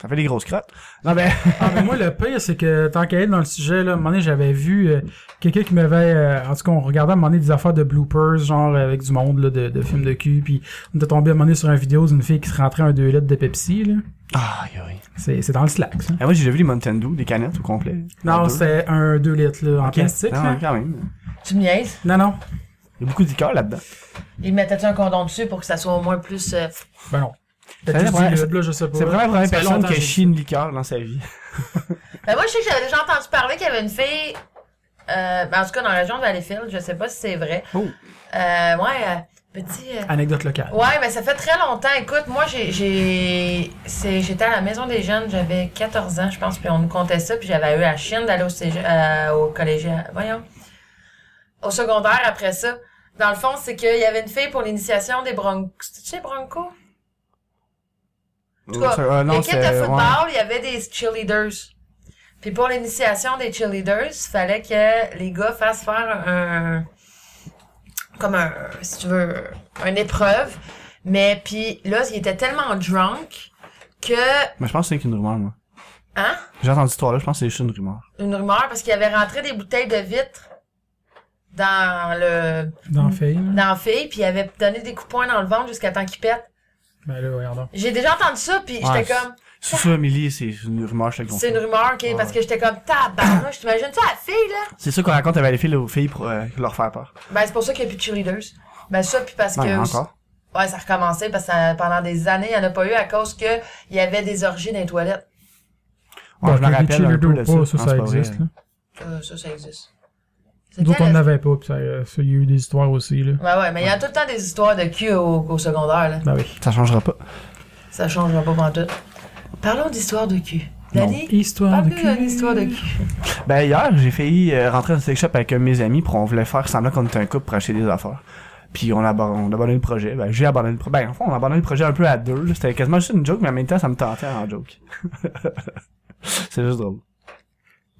Ça fait des grosses crottes. Non, ben,
Ah, mais moi, le pire, c'est que tant qu'à être dans le sujet, là, à un moment donné, j'avais vu euh, quelqu'un qui m'avait. euh, en tout cas, on regardait à un moment donné des affaires de bloopers, genre avec du monde là, de, de films de cul. Puis on était tombé à un moment donné sur une vidéo d'une fille qui se rentrait un 2 litres de Pepsi. Là.
ah, oui.
C'est, c'est dans le slack, ça.
Ah, moi, j'ai déjà vu les Mountain Dew, des canettes au complet.
Non,
Deux.
c'est hein. un 2 litres là, en
Ok.
plastique.
Non,
là.
quand même.
tu me niaises.
Non, non.
Il y a beaucoup d'icônes là-dedans.
Ils mettaient un condom dessus pour que ça soit au moins plus. euh,
Ben non.
C'est la
Peut-être
première-
10 litres, là, je sais pas.
C'est vraiment la
Ça
première
fait
personne
longtemps
qui
que
a
j'ai-
chié une liqueur dans sa vie.
Ben moi, je sais que j'avais déjà entendu parler qu'il y avait une fille, euh, ben, en tout cas dans la région de Valleyfield, je sais pas si c'est vrai.
Oh.
Euh, ouais, euh, petit. euh,
Anecdote locale.
Ouais, mais ça fait très longtemps. Écoute, moi, j'ai, j'ai, c'est, j'étais à la maison des jeunes, j'avais 14 ans, je pense, puis on nous comptait ça, puis j'avais eu la chienne d'aller au, cége- euh, au collégien, voyons, au secondaire après ça. Dans le fond, c'est qu'il y avait une fille pour l'initiation des Broncos. C'était Bronco? tout cas,
Ça- euh, non,
L'équipe de
c'est-
football,
ouais.
il y avait des cheerleaders. Puis pour l'initiation des cheerleaders, il fallait que les gars fassent faire un comme un si tu veux une épreuve, mais puis là, ils étaient tellement drunk que
Mais je pense que c'est qu'une rumeur, moi.
hein,
J'ai entendu cette histoire-là, je pense que c'est juste une rumeur.
une rumeur parce qu'il avait rentré des bouteilles de vitre dans le
Dans la fille. là.
dans la fille, puis il avait donné des coups de poing dans le ventre jusqu'à temps qu'il pète.
Ben là, regardons.
J'ai déjà entendu ça, puis
Ouais,
j'étais comme
Sous ça, Amélie, c'est une rumeur, je te le
c'est
confirme.
une rumeur, ok, parce que j'étais comme tabarnouche, t'imagines ça la fille là
C'est ça qu'on raconte à filles aux filles pour euh, leur faire peur.
Ben, c'est pour ça qu'il n'y a plus de cheerleaders. Ben, ça, puis parce
Non,
que.
mais encore.
Ouais, ça a recommencé parce que ça- pendant des années, il n'y en a pas eu à cause que il y avait des orgies dans les toilettes.
Ouais,
Bon,
je me
que les
rappelle un
cheerleaders
peu
ou
de ça.
pas, ça,
Non, c'est
ça
pas vrai.
existe. là.
Euh, ça, ça existe. C'est
Nous autres, on
quel-
n'avait pas, puis ça, euh, ça, il y a eu des histoires aussi, là.
Ben ouais, mais il y a tout le temps des histoires de cul au, au secondaire, là.
Ben oui.
Ça changera pas.
Ça change pas pantoute. Parlons d'histoires de cul.
Non.
Dani,
Histoire de
parle-nous d'une
cul.
histoire de cul.
Ben hier, j'ai failli euh, rentrer dans le sex shop avec un de mes amis pour on voulait faire semblant qu'on était un couple pour acheter des affaires. Puis on a, abor- on a abandonné le projet. Ben j'ai abandonné le projet. Ben en fond, on a abandonné le projet un peu à deux. là. C'était quasiment juste une joke, mais en même temps, ça me tentait en joke. [laughs] c'est juste drôle.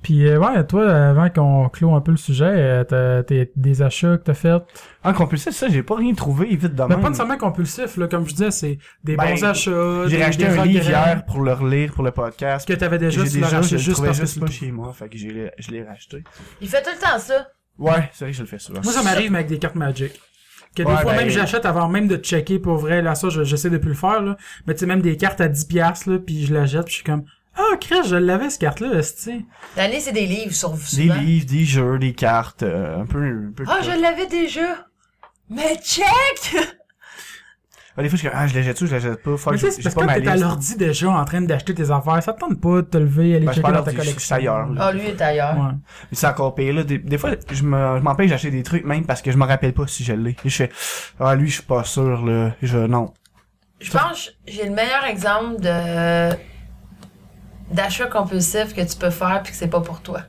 Puis euh, ouais, toi, avant qu'on clôt un peu le sujet, euh, t'as t'es- des achats que t'as fait.
En compulsif, ça, j'ai pas rien trouvé vite de
Mais
même.
pas nécessairement compulsif, là, comme je disais, c'est des
Ben,
bons achats.
J'ai
des-
racheté
des
un
regrets
livre hier pour le relire pour le podcast.
Que t'avais déjà,
J'ai
tu l'as
déjà, je
racheté
le
juste
trouvais
parce que
juste
c'est
pas
le-
chez moi, fait que j'ai l'ai- je l'ai racheté.
Il fait tout le temps ça.
Ouais, c'est vrai que je le fais souvent.
Moi, ça m'arrive, mais avec des cartes Magic. Que
Ouais,
des fois,
ben-
même, j'achète avant même de checker, pour vrai, là, ça, je- j'essaie de plus le faire, là. Mais tu sais, même des cartes à 10 piastres, là, puis je la jette, puis je suis comme, ah, crèche, je l'avais, cette carte-là, esti.
Dani, c'est des livres sur vous,
Des
hein.
souvent.
livres, des jeux, des cartes, euh, un peu, un peu de
Ah,
tout.
je l'avais déjà. Mais check!
Ah, des fois, je suis comme, ah, je les jette-tu, je les jette pas, fuck,
Mais tu sais,
j'ai
c'est
j'ai
parce
pas
que
ma
quand t'es à
liste.
l'ordi déjà en train d'acheter tes affaires, ça te tente pas de te lever, aller
Ben, je
checker
parle
dans ta
d'ordi, je suis
collection.
ailleurs, là.
Ah, lui est ailleurs.
Ouais.
Mais c'est encore pire, là. Des, des fois, je me- je m'empêche d'acheter des trucs, même parce que je me rappelle pas si je l'ai. Et Je fais, ah, lui, je suis pas sûr, là. Je, non.
Je pense que j'ai le meilleur exemple de d'achat compulsif que tu peux faire puis que c'est pas pour toi.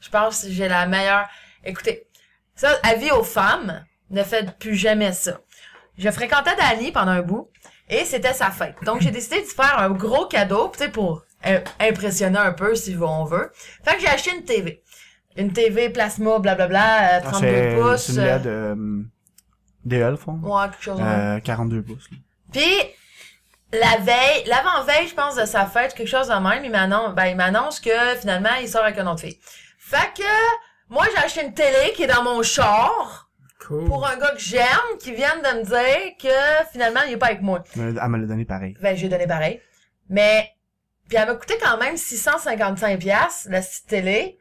Je pense que j'ai la meilleure. Écoutez, ça, avis aux femmes, ne faites plus jamais ça. Je fréquentais Dani pendant un bout et c'était sa fête. Donc j'ai décidé de faire un gros cadeau, tu sais, pour euh, impressionner un peu si on veut. Fait que j'ai acheté une TV. Une TV plasma, blablabla, euh,
Ah,
32
c'est
pouces.
c'est une LED, euh, DL, fond.
euh, ouais, quelque chose de même.
Euh, 42 pouces. là.
Puis la veille, l'avant-veille, je pense, de sa fête, quelque chose de même, il m'annonce, ben, il m'annonce que finalement, il sort avec une autre fille. Fait que, moi, j'ai acheté une télé qui est dans mon char
Cool.
pour un gars que j'aime qui vient de me dire que finalement, il est pas avec moi.
Elle me l'a- elle me l'a donné pareil.
Ben, j'ai donné pareil. Mais, puis elle m'a coûté quand même 655 pièces la petite télé.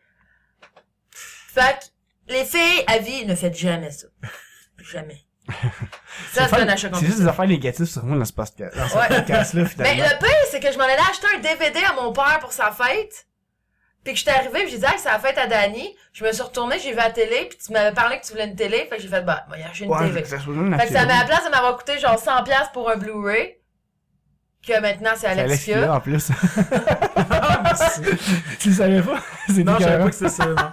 Fait que, les filles, à vie, ne faites jamais ça. Jamais. Ça, c'est
fun.
un achat
C'est
compulsif.
juste des affaires négatives sur moi dans ce podcast- dans ce
Ouais. [laughs]
podcast-là,
Ben,
finalement.
le pire, c'est que je m'en allais acheter un DVD à mon père pour sa fête. Puis que j'étais arrivée, puis j'ai dit, ah, c'est la fête à Dani. Je me suis retournée, j'ai vu la télé, puis tu m'avais parlé que tu voulais une télé. Fait que j'ai fait, bah, moi, j'ai acheté une
Ouais,
télé.
ça se trouve, même la
Fait que ça
télé.
m'a à la place de m'avoir coûté genre 100$ piastres pour un Blu-ray. Que maintenant, c'est
C'est Alexia,
Alexia.
en plus. [laughs]
Merci.
tu le savais pas? C'est
Non, je savais
dégueulasse.
pas que [laughs] c'est ça. non.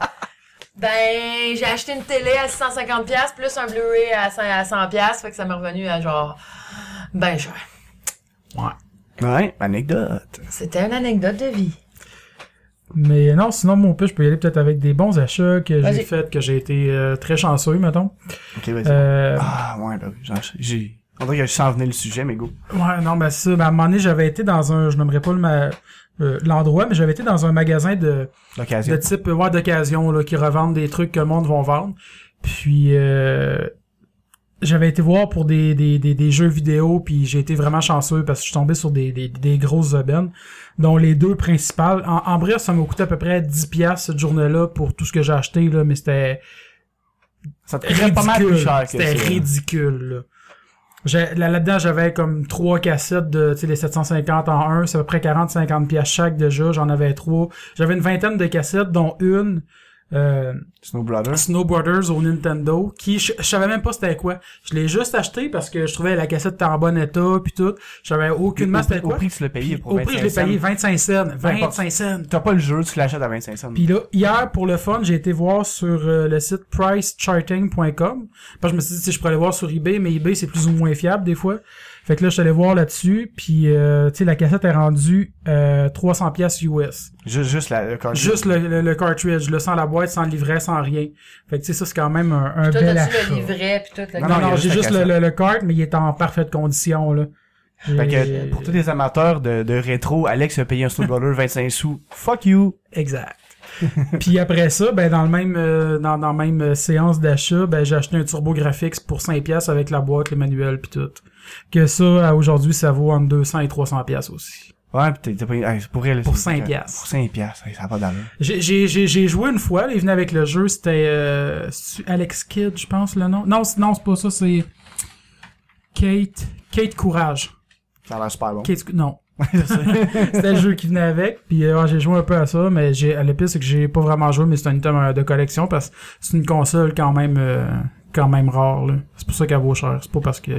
Ben, j'ai acheté une télé à 650$ piastres, plus un Blu-ray à 100$. à 100 piastres. fait que ça m'est revenu à genre, ben, je...
Ouais, anecdote.
C'était une anecdote de vie.
Mais euh, non, sinon, mon pitch, je peux y aller peut-être avec des bons achats que j'ai
Vas-y.
faits, que j'ai été euh, très chanceux, mettons.
Ok, vas-y.
Euh,
Ah, ouais, bah oui. j'en- J'ai. On dirait que je sens venir le sujet, mais go.
Ouais, non, mais ça, ben, à un moment donné, j'avais été dans un, je n'aimerais pas le ma- euh, l'endroit, mais j'avais été dans un magasin de, de
L'occasion.
type euh, ouais, d'occasion, là, qui revendent des trucs que le monde va vendre. Puis, euh, j'avais été voir pour des, des, des, des jeux vidéo, puis j'ai été vraiment chanceux parce que je suis tombé sur des, des, des grosses aubaines, dont les deux principales. En, en bref, ça m'a coûté à peu près 10$ cette journée-là pour tout ce que j'ai acheté, là, mais c'était
Ça te coûterait pas mal plus cher que ça.
c'était ridicule. là. J'ai- Là, là-dedans, j'avais comme trois cassettes de, tu sais, les 750 en un, c'est à peu près 40-50 pièces chaque déjà, j'en avais trois. J'avais une vingtaine de cassettes, dont une, euh,
Snow Brother.
Snow Brothers au Nintendo, qui, je, je savais même pas c'était quoi. Je l'ai juste acheté parce que je trouvais la cassette était en bon état, puis tout. Je savais aucunement c'était
Au
quoi.
prix que tu l'as payé
Puis
pour
Au prix, je l'ai
25
payé
cents.
25 cents.
Peu importe.
25 cents.
T'as pas le jeu, tu l'achètes à 25 cents.
Puis là, hier, pour le fun, j'ai été voir sur euh, le site pricecharting.com. Parce que je me suis dit, si je pourrais aller voir sur eBay, mais eBay, c'est plus ou moins fiable des fois. Fait que là, je suis allé voir là-dessus. Puis, euh, tu sais, la cassette est rendue euh, 300 pièces US.
Juste, juste la, le cartridge.
Juste le, le- le cartridge, là, sans la boîte, sans le livret, sans rien. Fait que, tu sais, ça, c'est quand même un, un
Toi,
bel
t'as-tu
achat.
le livret pis tout? le-
Non,
Non,
Ah, il y a
non, j'ai
juste la
juste le,
cassette.
le, le cart, mais il est en parfaite condition, là.
Fait
J'ai-
que, pour tous les amateurs de, de rétro, Alex a payé un Snow Brother 25 sous. Fuck you!
Exact. [laughs] Puis après ça, ben dans le même euh, dans, dans la même euh, séance d'achat, ben j'ai acheté un Turbo Graphics pour 5 pièces avec la boîte, le manuel puis tout. Que ça à aujourd'hui, ça vaut entre 200 et 300 pièces aussi.
Ouais, pis t'es- t'as pas, hey, c'est pour vrai, là,
Pour
c'est-
5
euh,
piastres.
Pour 5 piastres, hey, ça a pas d'allure.
J'ai- J'ai j'ai- j'ai joué une fois, là, il venait avec le jeu, c'était euh, c'est-tu Alex Kidd, je pense le nom. Non, c'est- non, c'est pas ça, c'est Kate Kate Courage.
Ça a l'air super [laughs] bon.
Qu'est-ce que- non. C'était le jeu qui venait avec, puis euh, ouais, j'ai joué un peu à ça, mais j'ai le pire c'est que j'ai pas vraiment joué, mais c'est un item euh, de collection parce que c'est une console quand même euh, quand même rare. là. C'est pour ça qu'elle vaut cher. C'est pas parce que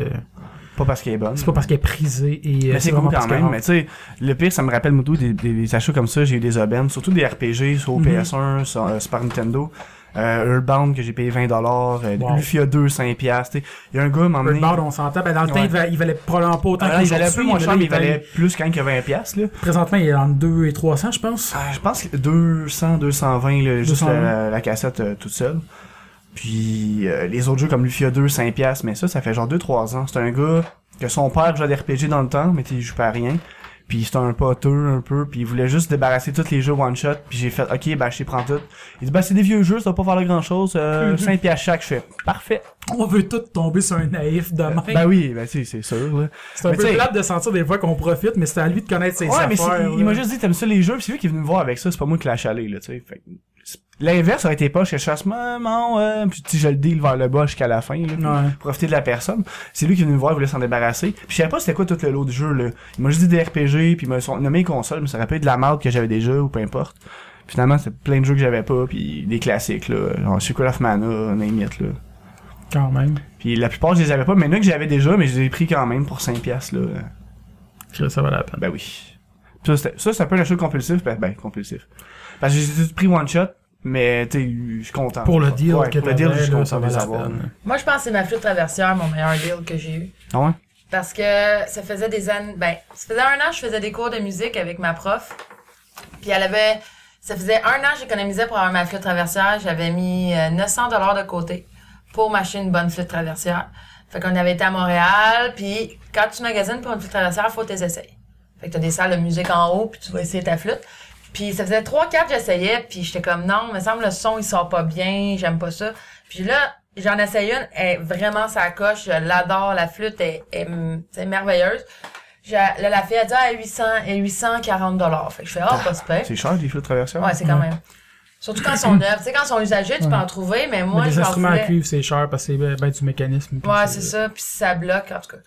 Pas parce qu'elle est bonne.
c'est pas parce qu'elle est prisée et euh,
Mais c'est cool
vraiment
quand
parce
même.
qu'elle
Mais tu sais, le pire, ça me rappelle beaucoup des, des, des achats comme ça. J'ai eu des aubaines, surtout des RPG sur
Mhm.
PS1, sur euh, Super Nintendo. Euh, Earthbound que j'ai payé 20$, euh,
Wow.
Lufia 2, 5$. piastres, tu sais. Il y a un gars m'a
est
emmené.
Earthbound, on s'entend. Ben, dans le temps,
Ouais. Ah,
il, valait, il valait probablement pas autant
Alors,
que
il valait un peu
aujourd'hui,
moins
mais là,
cher, mais il
est allé-
valait plus quand même que 20$. piastres, Là.
Présentement, il est entre 2 et 300, je pense.
Ah, je pense que 200, 220, là, juste
220.
La, la cassette euh, toute seule. Puis euh, les autres jeux comme Lufia 2, 5$, piastres, mais ça, ça fait genre 2-3 ans. C'est un gars que son père jouait à des RPG dans le temps, mais il joue pas à rien. Puis c'était un poteux un peu, puis il voulait juste débarrasser tous les jeux one-shot. Puis j'ai fait, ok, bah je les prends tout. Il dit, bah c'est des vieux jeux, ça va pas falloir grand-chose. Euh, 5$ piastres chaque, je fais, parfait.
On veut tous tomber sur un naïf de même.
Bah oui, bah tu sais, c'est sûr. Là.
Ben, c'est un
mais
peu
t'sais-
plate de sentir des fois qu'on profite, mais c'est à lui de connaître ses
Ouais, mais c'est-
affaires.
il m'a
là.
juste dit, t'aimes ça les jeux, pis c'est lui qui est venu me voir avec ça, c'est pas moi qui l'a chalé, là, tu sais. Fait que c'est- L'inverse aurait été pas, je chasse, maman, ouais, pis tu sais, je le deal vers le bas jusqu'à la fin, là, pis
Ouais.
profiter de la personne. C'est lui qui est venu me voir, il voulait s'en débarrasser. Pis je savais pas c'était quoi tout le lot du jeu, là. Il m'a juste dit des RPG, pis il m'a son- nommé console, mais ça aurait pu être de la merde que j'avais déjà, ou peu importe. Pis Finalement, c'est plein de jeux que j'avais pas, pis des classiques, là. Genre Secret of Mana, name it, là.
Quand même.
Pis la plupart, je les avais pas, mais il y en a que j'avais déjà, mais je les ai pris quand même pour 5 piastres, là.
Ça va la peine.
Ben oui. Ça, c'était- ça, c'est un peu l'achat compulsif. Ben, ben, compulsif. Parce que j'ai tout pris one shot, mais tu sais, je suis content.
Pour le deal
Ouais,
que
pour le deal,
t'avais,
je suis
là,
content
ça
de
va
les
la
avoir.
peine.
Moi, je pense que c'est ma flûte traversière, mon meilleur deal que j'ai eu.
Ah ouais?
Parce que ça faisait des années. Ben, ça faisait un an que je faisais des cours de musique avec ma prof. Puis elle avait. Ça faisait un an que j'économisais pour avoir ma flûte traversière. J'avais mis euh, 900 dollars de côté pour m'acheter une bonne flûte traversière. Fait qu'on avait été à Montréal. Puis quand tu magasines pour une flûte traversière, faut tes essais. Fait que t'as des salles de musique en haut, puis tu vas essayer ta flûte. Puis ça faisait trois, quatre, j'essayais, puis j'étais comme non, me semble le son il sort pas bien, j'aime pas ça. Puis là, j'en essaye une, elle est vraiment sa coche, je l'adore, la flûte est, est, mm, c'est merveilleuse. J'ai- Là, la fille a dit ah, 800 et 840 dollars. Fait que je fais ah, pas super.
C'est cher, des flûtes traversières?
Ouais, c'est quand même. Surtout quand ils sont neufs, tu sais quand ils sont usagés, tu peux en trouver, mais moi
mais les
je m'en
instruments à
voulais-
cuivre, c'est cher parce que c'est ben, ben du mécanisme. puis
Ouais, c'est ça, puis ça bloque, en tout cas.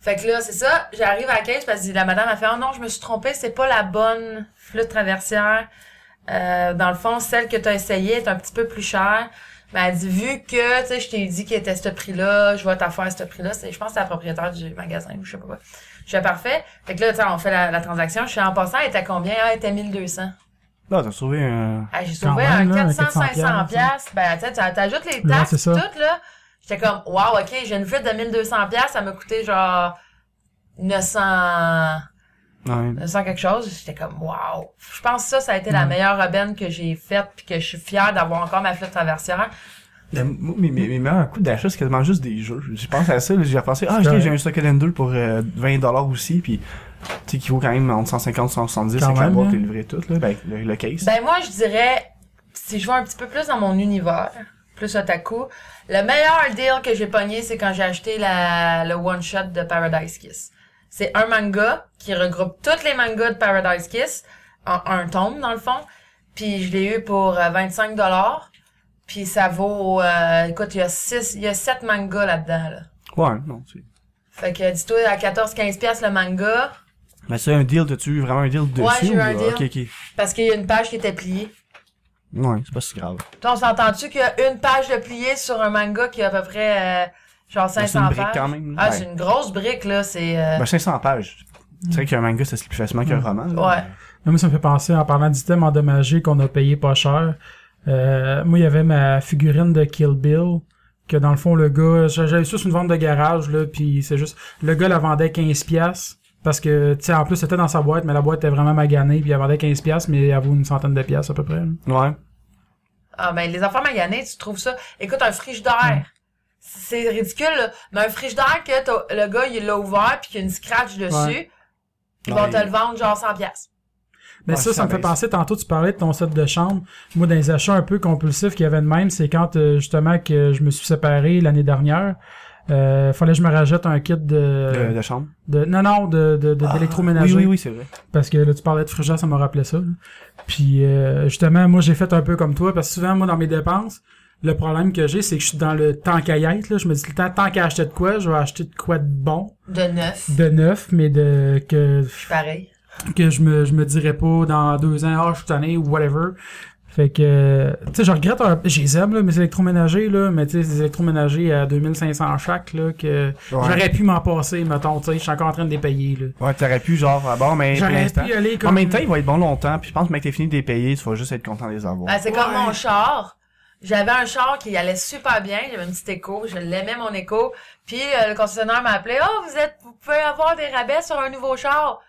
Fait que là, c'est ça, j'arrive à la caisse parce que la madame a fait « Ah non, je me suis trompée, c'est pas la bonne flûte traversière. Euh, dans le fond, celle que t'as essayée est un petit peu plus chère. » Mais elle dit « Vu que, tu sais, je t'ai dit qu'elle était à ce prix-là, je vais t'affaire à ce prix-là. » C'est- Je pense que c'est la propriétaire du magasin ou je sais pas quoi. Je fais « Parfait. » Fait que là, tu sais, on fait la, la transaction. Je suis en passant, elle était à combien? Ah, elle était 1200.
Non, t'as sauvé un.
Ah, j'ai
Quand
sauvé
même,
un
là,
400,
400
500 piastres. Ben, tu sais, tu t'ajoutes les
Ouais,
taxes,
c'est ça.
tout, là. J'étais comme, wow, ok, j'ai une flûte de 1200 piastres, ça m'a coûté genre 900,
Ouais.
Euh,
900 quelque chose, j'étais comme wow. Je pense que ça, ça a été la meilleure aubaine que j'ai faite puis que je suis fière d'avoir encore ma flotte traversière.
Mais moi, mes, mes, mes meilleurs coups d'achat, c'est quasiment juste des jeux. Je pense à ça, là, j'ai repensé, ah,
C'est
ok,
correct.
j'ai un Socket 2 pour euh, 20$ aussi, puis tu sais, qui vaut quand même entre 150 et 170,
Quand
avec la
même, hein?
boîte
là.
et le vrai tout, là, ben, le, le case.
Ben moi, je dirais, si je vais un petit peu plus dans mon univers, plus otaku, le meilleur deal que j'ai pogné, c'est quand j'ai acheté la, le one-shot de Paradise Kiss. C'est un manga qui regroupe tous les mangas de Paradise Kiss en un tome, dans le fond. Puis je l'ai eu pour euh, 25 Puis ça vaut... euh, écoute, il y a six, il y a sept mangas là-dedans, là.
Ouais, non, c'est.
Fait que dis-toi, à 14-15 pièces le manga,
Mais c'est un deal, t'as-tu eu vraiment un deal dessus?
j'ai eu
ou- euh,
un deal.
Ok, ok.
parce qu'il y a une page qui était pliée.
Ouais, c'est pas si grave.
Toi, on s'entend-tu qu'il y a une page de pliée sur un manga qui a à peu près, euh, genre
Mais
500
C'est une brique
pages?
quand même. là.
Ah,
Ouais.
c'est une grosse brique, là, c'est... euh,
Ben, 500 pages. C'est vrai qu'un manga, ça se lit plus facilement qu'un roman. là.
Ouais.
Mais Moi, ça me fait penser, en parlant d'items endommagés qu'on a payé pas cher, euh, moi, il y avait ma figurine de Kill Bill, que dans le fond, le gars, j'a- j'avais ça sur une vente de garage, là, puis c'est juste, le gars la vendait 15 pièces parce que, tu sais, en plus, c'était dans sa boîte, mais la boîte était vraiment maganée, puis elle vendait 15 pièces mais elle vaut une centaine de pièces à peu près. là.
Ouais.
Ah, ben, les enfants maganés, tu trouves ça... Écoute, un
Hmm.
frigidaire, c'est ridicule, là, mais un frigidaire que t'as- le gars, il l'a ouvert, puis qu'il y a une scratch dessus,
Ouais.
ils
Ouais.
vont te le vendre, genre, 100 pièces.
Mais
Ouais,
ça,
ça
ça me fait
baisse.
penser, tantôt, tu parlais de ton set de chambre. Moi, dans les achats un peu compulsifs qu'il y avait de même, c'est quand, euh, justement, que je me suis séparé l'année dernière, euh, fallait que je me rajoute un kit
euh.
De,
de...
de chambre.
de non, non, de, de, de-
Ah,
d'électroménager.
Oui, oui, oui, c'est vrai.
Parce que là, tu parlais de frigidaire, ça m'a rappelé ça. là. Puis, euh, justement, moi, j'ai fait un peu comme toi, parce que souvent, moi, dans mes dépenses, le problème que j'ai, c'est que je suis dans le tant qu'à y être, là. Je me dis tout le temps, tant qu'à acheter de quoi, je vais acheter de quoi de bon,
De neuf,
de neuf, mais de que
pareil.
que je me, je me dirais pas dans deux ans, ah, je suis tanné ou whatever. Fait que, euh, tu sais, je regrette, un- je les aime, là, mes électroménagers, là, mais tu sais, des électroménagers à 2500 chaque, là, que j'aurais pu m'en passer, mettons, tu sais, je suis encore en train de les payer, là.
Ouais, t'aurais pu, genre, ah, bon, mais. pour
J'aurais
l'instant-
pu aller comme...
En même temps, il va être bon longtemps, puis je pense que, mec, t'es fini de les payer, tu vas juste être content de les avoir.
Ben, c'est comme
Ouais.
mon char. J'avais un char qui allait super bien, j'avais une petite écho, je l'aimais mon écho. Puis euh, le concessionnaire m'a appelé "Oh, vous êtes vous pouvez avoir des rabais sur un nouveau char."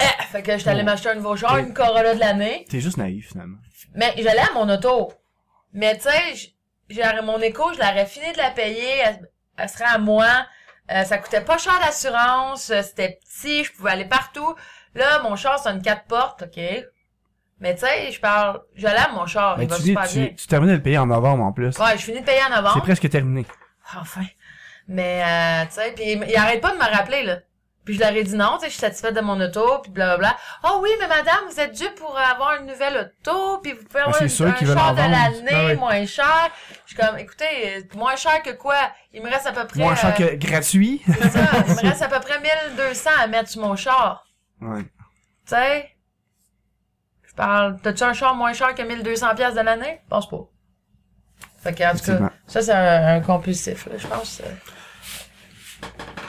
Eh, fait que j'étais allée
Oh.
m'acheter un nouveau char,
Et-
une Corolla de l'année,
T'es juste naïf, finalement.
mais je l'aime mon auto. Mais tu sais, j- j'aurais mon écho, je l'aurais fini de la payer, elle, elle serait à moi. Euh, ça coûtait pas cher d'assurance, euh, c'était petit, je pouvais aller partout. Là, mon char, c'est une quatre portes, OK. Mais tu sais, je parle, je l'aime mon char,
Mais
Ah, il va
Ben, tu dis,
super bien.
tu, tu termines de le payer en novembre, en plus.
Ouais, je finis de payer en
C'est
novembre.
presque terminé.
Ah, Enfin. Mais, euh, tu sais, puis il, il arrête pas de me rappeler, là. Puis je leur ai dit non, tu sais, je suis satisfaite de mon auto, puis blablabla. Oh oui, mais madame, vous êtes due pour avoir une nouvelle auto, puis vous pouvez avoir
Ah, c'est
une-
sûr
un
qu'ils veulent en
char de
vendre.
l'année,
Ah oui.
moins cher. Je suis comme, écoutez, euh, moins cher que quoi? Il me reste à peu près...
Moins cher
euh,
que gratuit.
c'est ça, il me reste à peu près 1200 à mettre sur mon char.
[laughs] Ouais.
Tu sais? Je parle, t'as-tu un char moins cher que 1200 pièces de l'année? Je pense pas. Fait que, en tout cas,
Effectivement.
ça, c'est un, un compulsif, là, je pense. euh.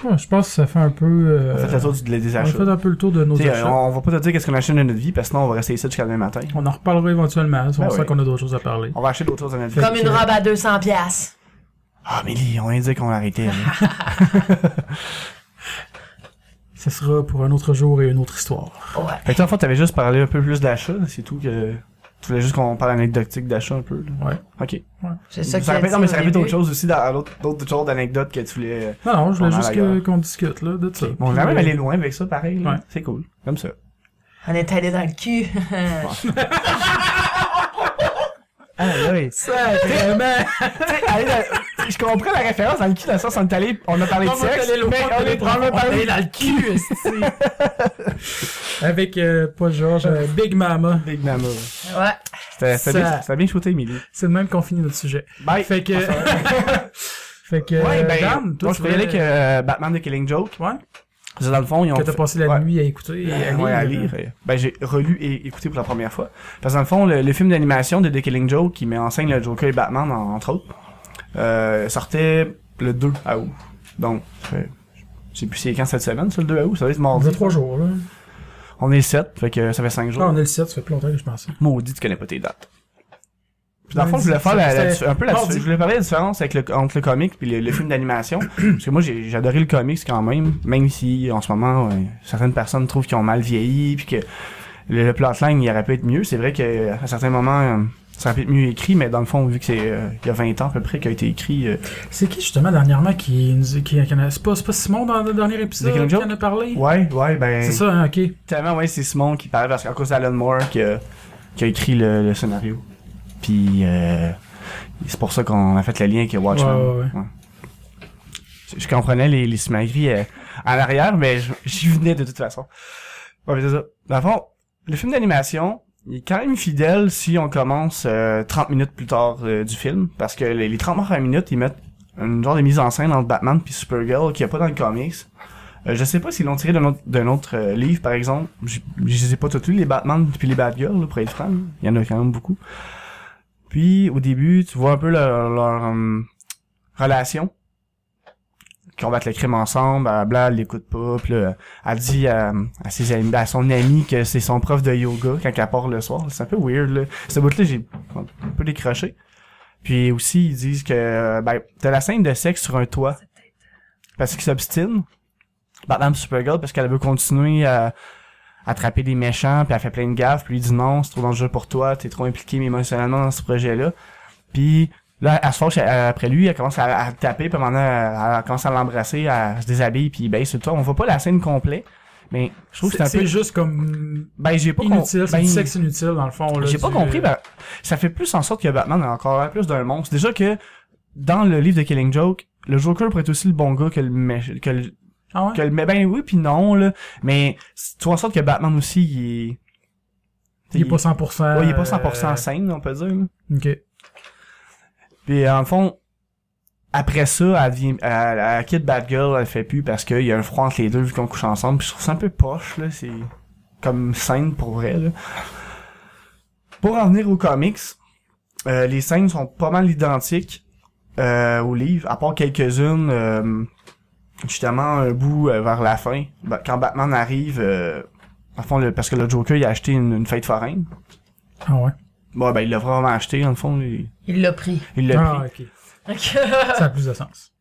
Ouais, je pense que ça fait un peu... euh,
On fait le tour du- des
on a
achats.
fait un peu le tour de nos
T'sais,
achats.
euh, on, on va pas te dire qu'est-ce qu'on achète de notre vie, parce que sinon on va rester ici jusqu'à demain matin.
On en reparlera éventuellement, si on
Ben
sent
oui.
qu'on a d'autres choses à parler.
On va acheter d'autres choses dans notre vie.
Fait
Comme une
que-
robe à 200 pièces.
Ah, mais Lee, on vient de dire qu'on l'arrêtait. là.
Ce sera pour un autre jour et une autre histoire.
Ouais.
fait que toi, en fait, t'avais juste parlé un peu plus d'achat, c'est tout que. Tu voulais juste qu'on parle anecdotique d'achat un peu, là.
Ouais.
Ok.
C'est ça qu'il
ça
a
rappelle,
dit
non, mais
au
ça rappelle
début.
d'autres choses aussi, dans l'autre- d'autres genres d'anecdotes que tu voulais.
Non, non, je voulais
On a
juste
la
que-
gueule.
qu'on discute, là, de ça.
Bon, on
Puis,
va même
euh,
aller loin avec ça, pareil. là.
Ouais.
C'est cool. Comme ça.
On est allé dans le cul.
Ah, oui. [laughs]
Sacrément!
Je comprends la référence dans le cul, dans le sens, on est allé, on a parlé de
On va
sexe,
t'aller loin,
mais
on
on est
est
probablement
on est
parlé.
dans le cul, [laughs] esti. Avec, euh, pas Georges, euh, Big Mama.
Big Mama.
ouais.
C'était c'était bien,
Ça-
c'était bien shooté, Emily.
C'est de même qu'on finit notre sujet.
Bye.
Fait que... [laughs] fait que...
Ouais,
euh,
ben,
Dan, toi,
moi,
tu
je peux y aller avec
voulais-
euh, Batman de Killing Joke.
Ouais,
C'est dans le fond, ils ont
que t'as
fait-
passé la
ouais.
nuit à écouter et à lire.
euh, Ouais, à lire. Ben, j'ai relu et écouté pour la première fois. Parce que dans le fond, le, le film d'animation de The Killing Joke, qui met en scène le Joker et Batman, en- entre autres, euh, sortait le 2 à août. Donc, euh, je sais plus c'est quand cette semaine, ça, le 2 à août. Ça va être
On
mardi.
a trois jours, là.
On est le 7, fait que ça fait 5
Ah,
jours.
on est le 7, ça fait plus longtemps que je pensais.
Maudit, tu connais pas tes dates. Puis dans le fond, je voulais faire la- la- un peu
Mardi.
là-dessus. Je voulais parler de la différence avec le, entre le comic et le, le film [clears throat] d'animation. parce que moi, j'ai j'ai adoré le comics quand même, même si en ce moment, ouais, certaines personnes trouvent qu'ils ont mal vieilli, puis que le, le plotline, il aurait pu être mieux. C'est vrai que à certains moments, euh, ça aurait pu être mieux écrit, mais dans le fond, vu que c'est euh, il y a 20 ans à peu près qu'a été écrit, euh,
C'est qui justement dernièrement qui nous qui, qui en a- c'est pas, c'est pas Simon dans le dernier épisode
The Killing
qui en
Joke?
a parlé?
ouais, ouais, ben...
C'est ça, hein, ok.
Tellement, ouais, c'est Simon qui parlait parce qu'à cause d'Alan Moore qui a, qui a écrit le, le scénario. Puis euh, c'est pour ça qu'on a fait le lien avec Watchmen.
Ouais, ouais, ouais.
Ouais. Je, je comprenais les, les simagrées euh, à l'arrière, mais je- j'y venais de toute façon. Ouais, mais c'est ça. Dans le fond, le film d'animation, il est quand même fidèle si on commence euh, 30 minutes plus tard euh, du film. Parce que les, les 30 premières minutes, ils mettent une genre de mise en scène entre Batman puis Supergirl qu'il n'y a pas dans le comics. Euh, je sais pas s'ils l'ont tiré d'un autre, d'un autre euh, livre, par exemple. J- Je sais pas tout lu, les Batman puis les Batgirls, là, pour être franc. Il y en a quand même beaucoup. Puis, au début, tu vois un peu leur, leur, euh, relation. Qu'ils combattent le crime ensemble, euh, bla, elle l'écoute pas. Puis là, elle dit à, à ses amis, à son ami que c'est son prof de yoga quand elle part le soir. C'est un peu weird, là. Ce bout-là, j'ai un peu décroché. Puis aussi, ils disent que, euh, ben, t'as la scène de sexe sur un toit. Parce qu'ils s'obstinent. Batman pis Supergirl parce qu'elle veut continuer à à attraper des méchants, puis elle fait plein de gaffes, puis lui dit non, c'est trop dangereux pour toi, t'es trop impliqué émotionnellement dans ce projet-là. Puis là, elle se fâche euh, après lui, elle commence à, à le taper, puis maintenant, elle, elle commence à l'embrasser, elle se déshabille, puis ben c'est toi. On voit pas la scène complète, mais je trouve que
C'est
c'est un peu...
c'est juste comme
Ben j'ai pas com-
inutile, c'est
ben,
du sexe inutile dans le fond. là,
j'ai pas
du-
compris, ben, ça fait plus en sorte que Batman a encore plus d'un monstre. Déjà que dans le livre de Killing Joke, le Joker pourrait être aussi le bon gars que le, mé- que le
Ah ouais?
que le- mais ben oui puis non là mais c- tu vois en sorte que Batman aussi il est
Il est pas 100%.
ouais, il est pas 100%
euh,
sain on peut dire là.
Ok.
puis euh, en fond après ça elle devient elle, elle quitte Batgirl elle fait plus parce qu'il y a un froid entre les deux vu qu'on couche ensemble puis je trouve ça un peu poche là c'est comme scène pour vrai là. pour en venir aux comics euh, les scènes sont pas mal identiques euh, au livre à part quelques-unes euh, justement un bout euh, vers la fin Ba- quand Batman arrive euh, à fond le- parce que le Joker il a acheté une, une fête foraine
Ah ouais.
bon ben il l'a vraiment acheté dans le fond il
Il l'a pris.
il l'a pris
Ah, ok. Ça a plus de sens.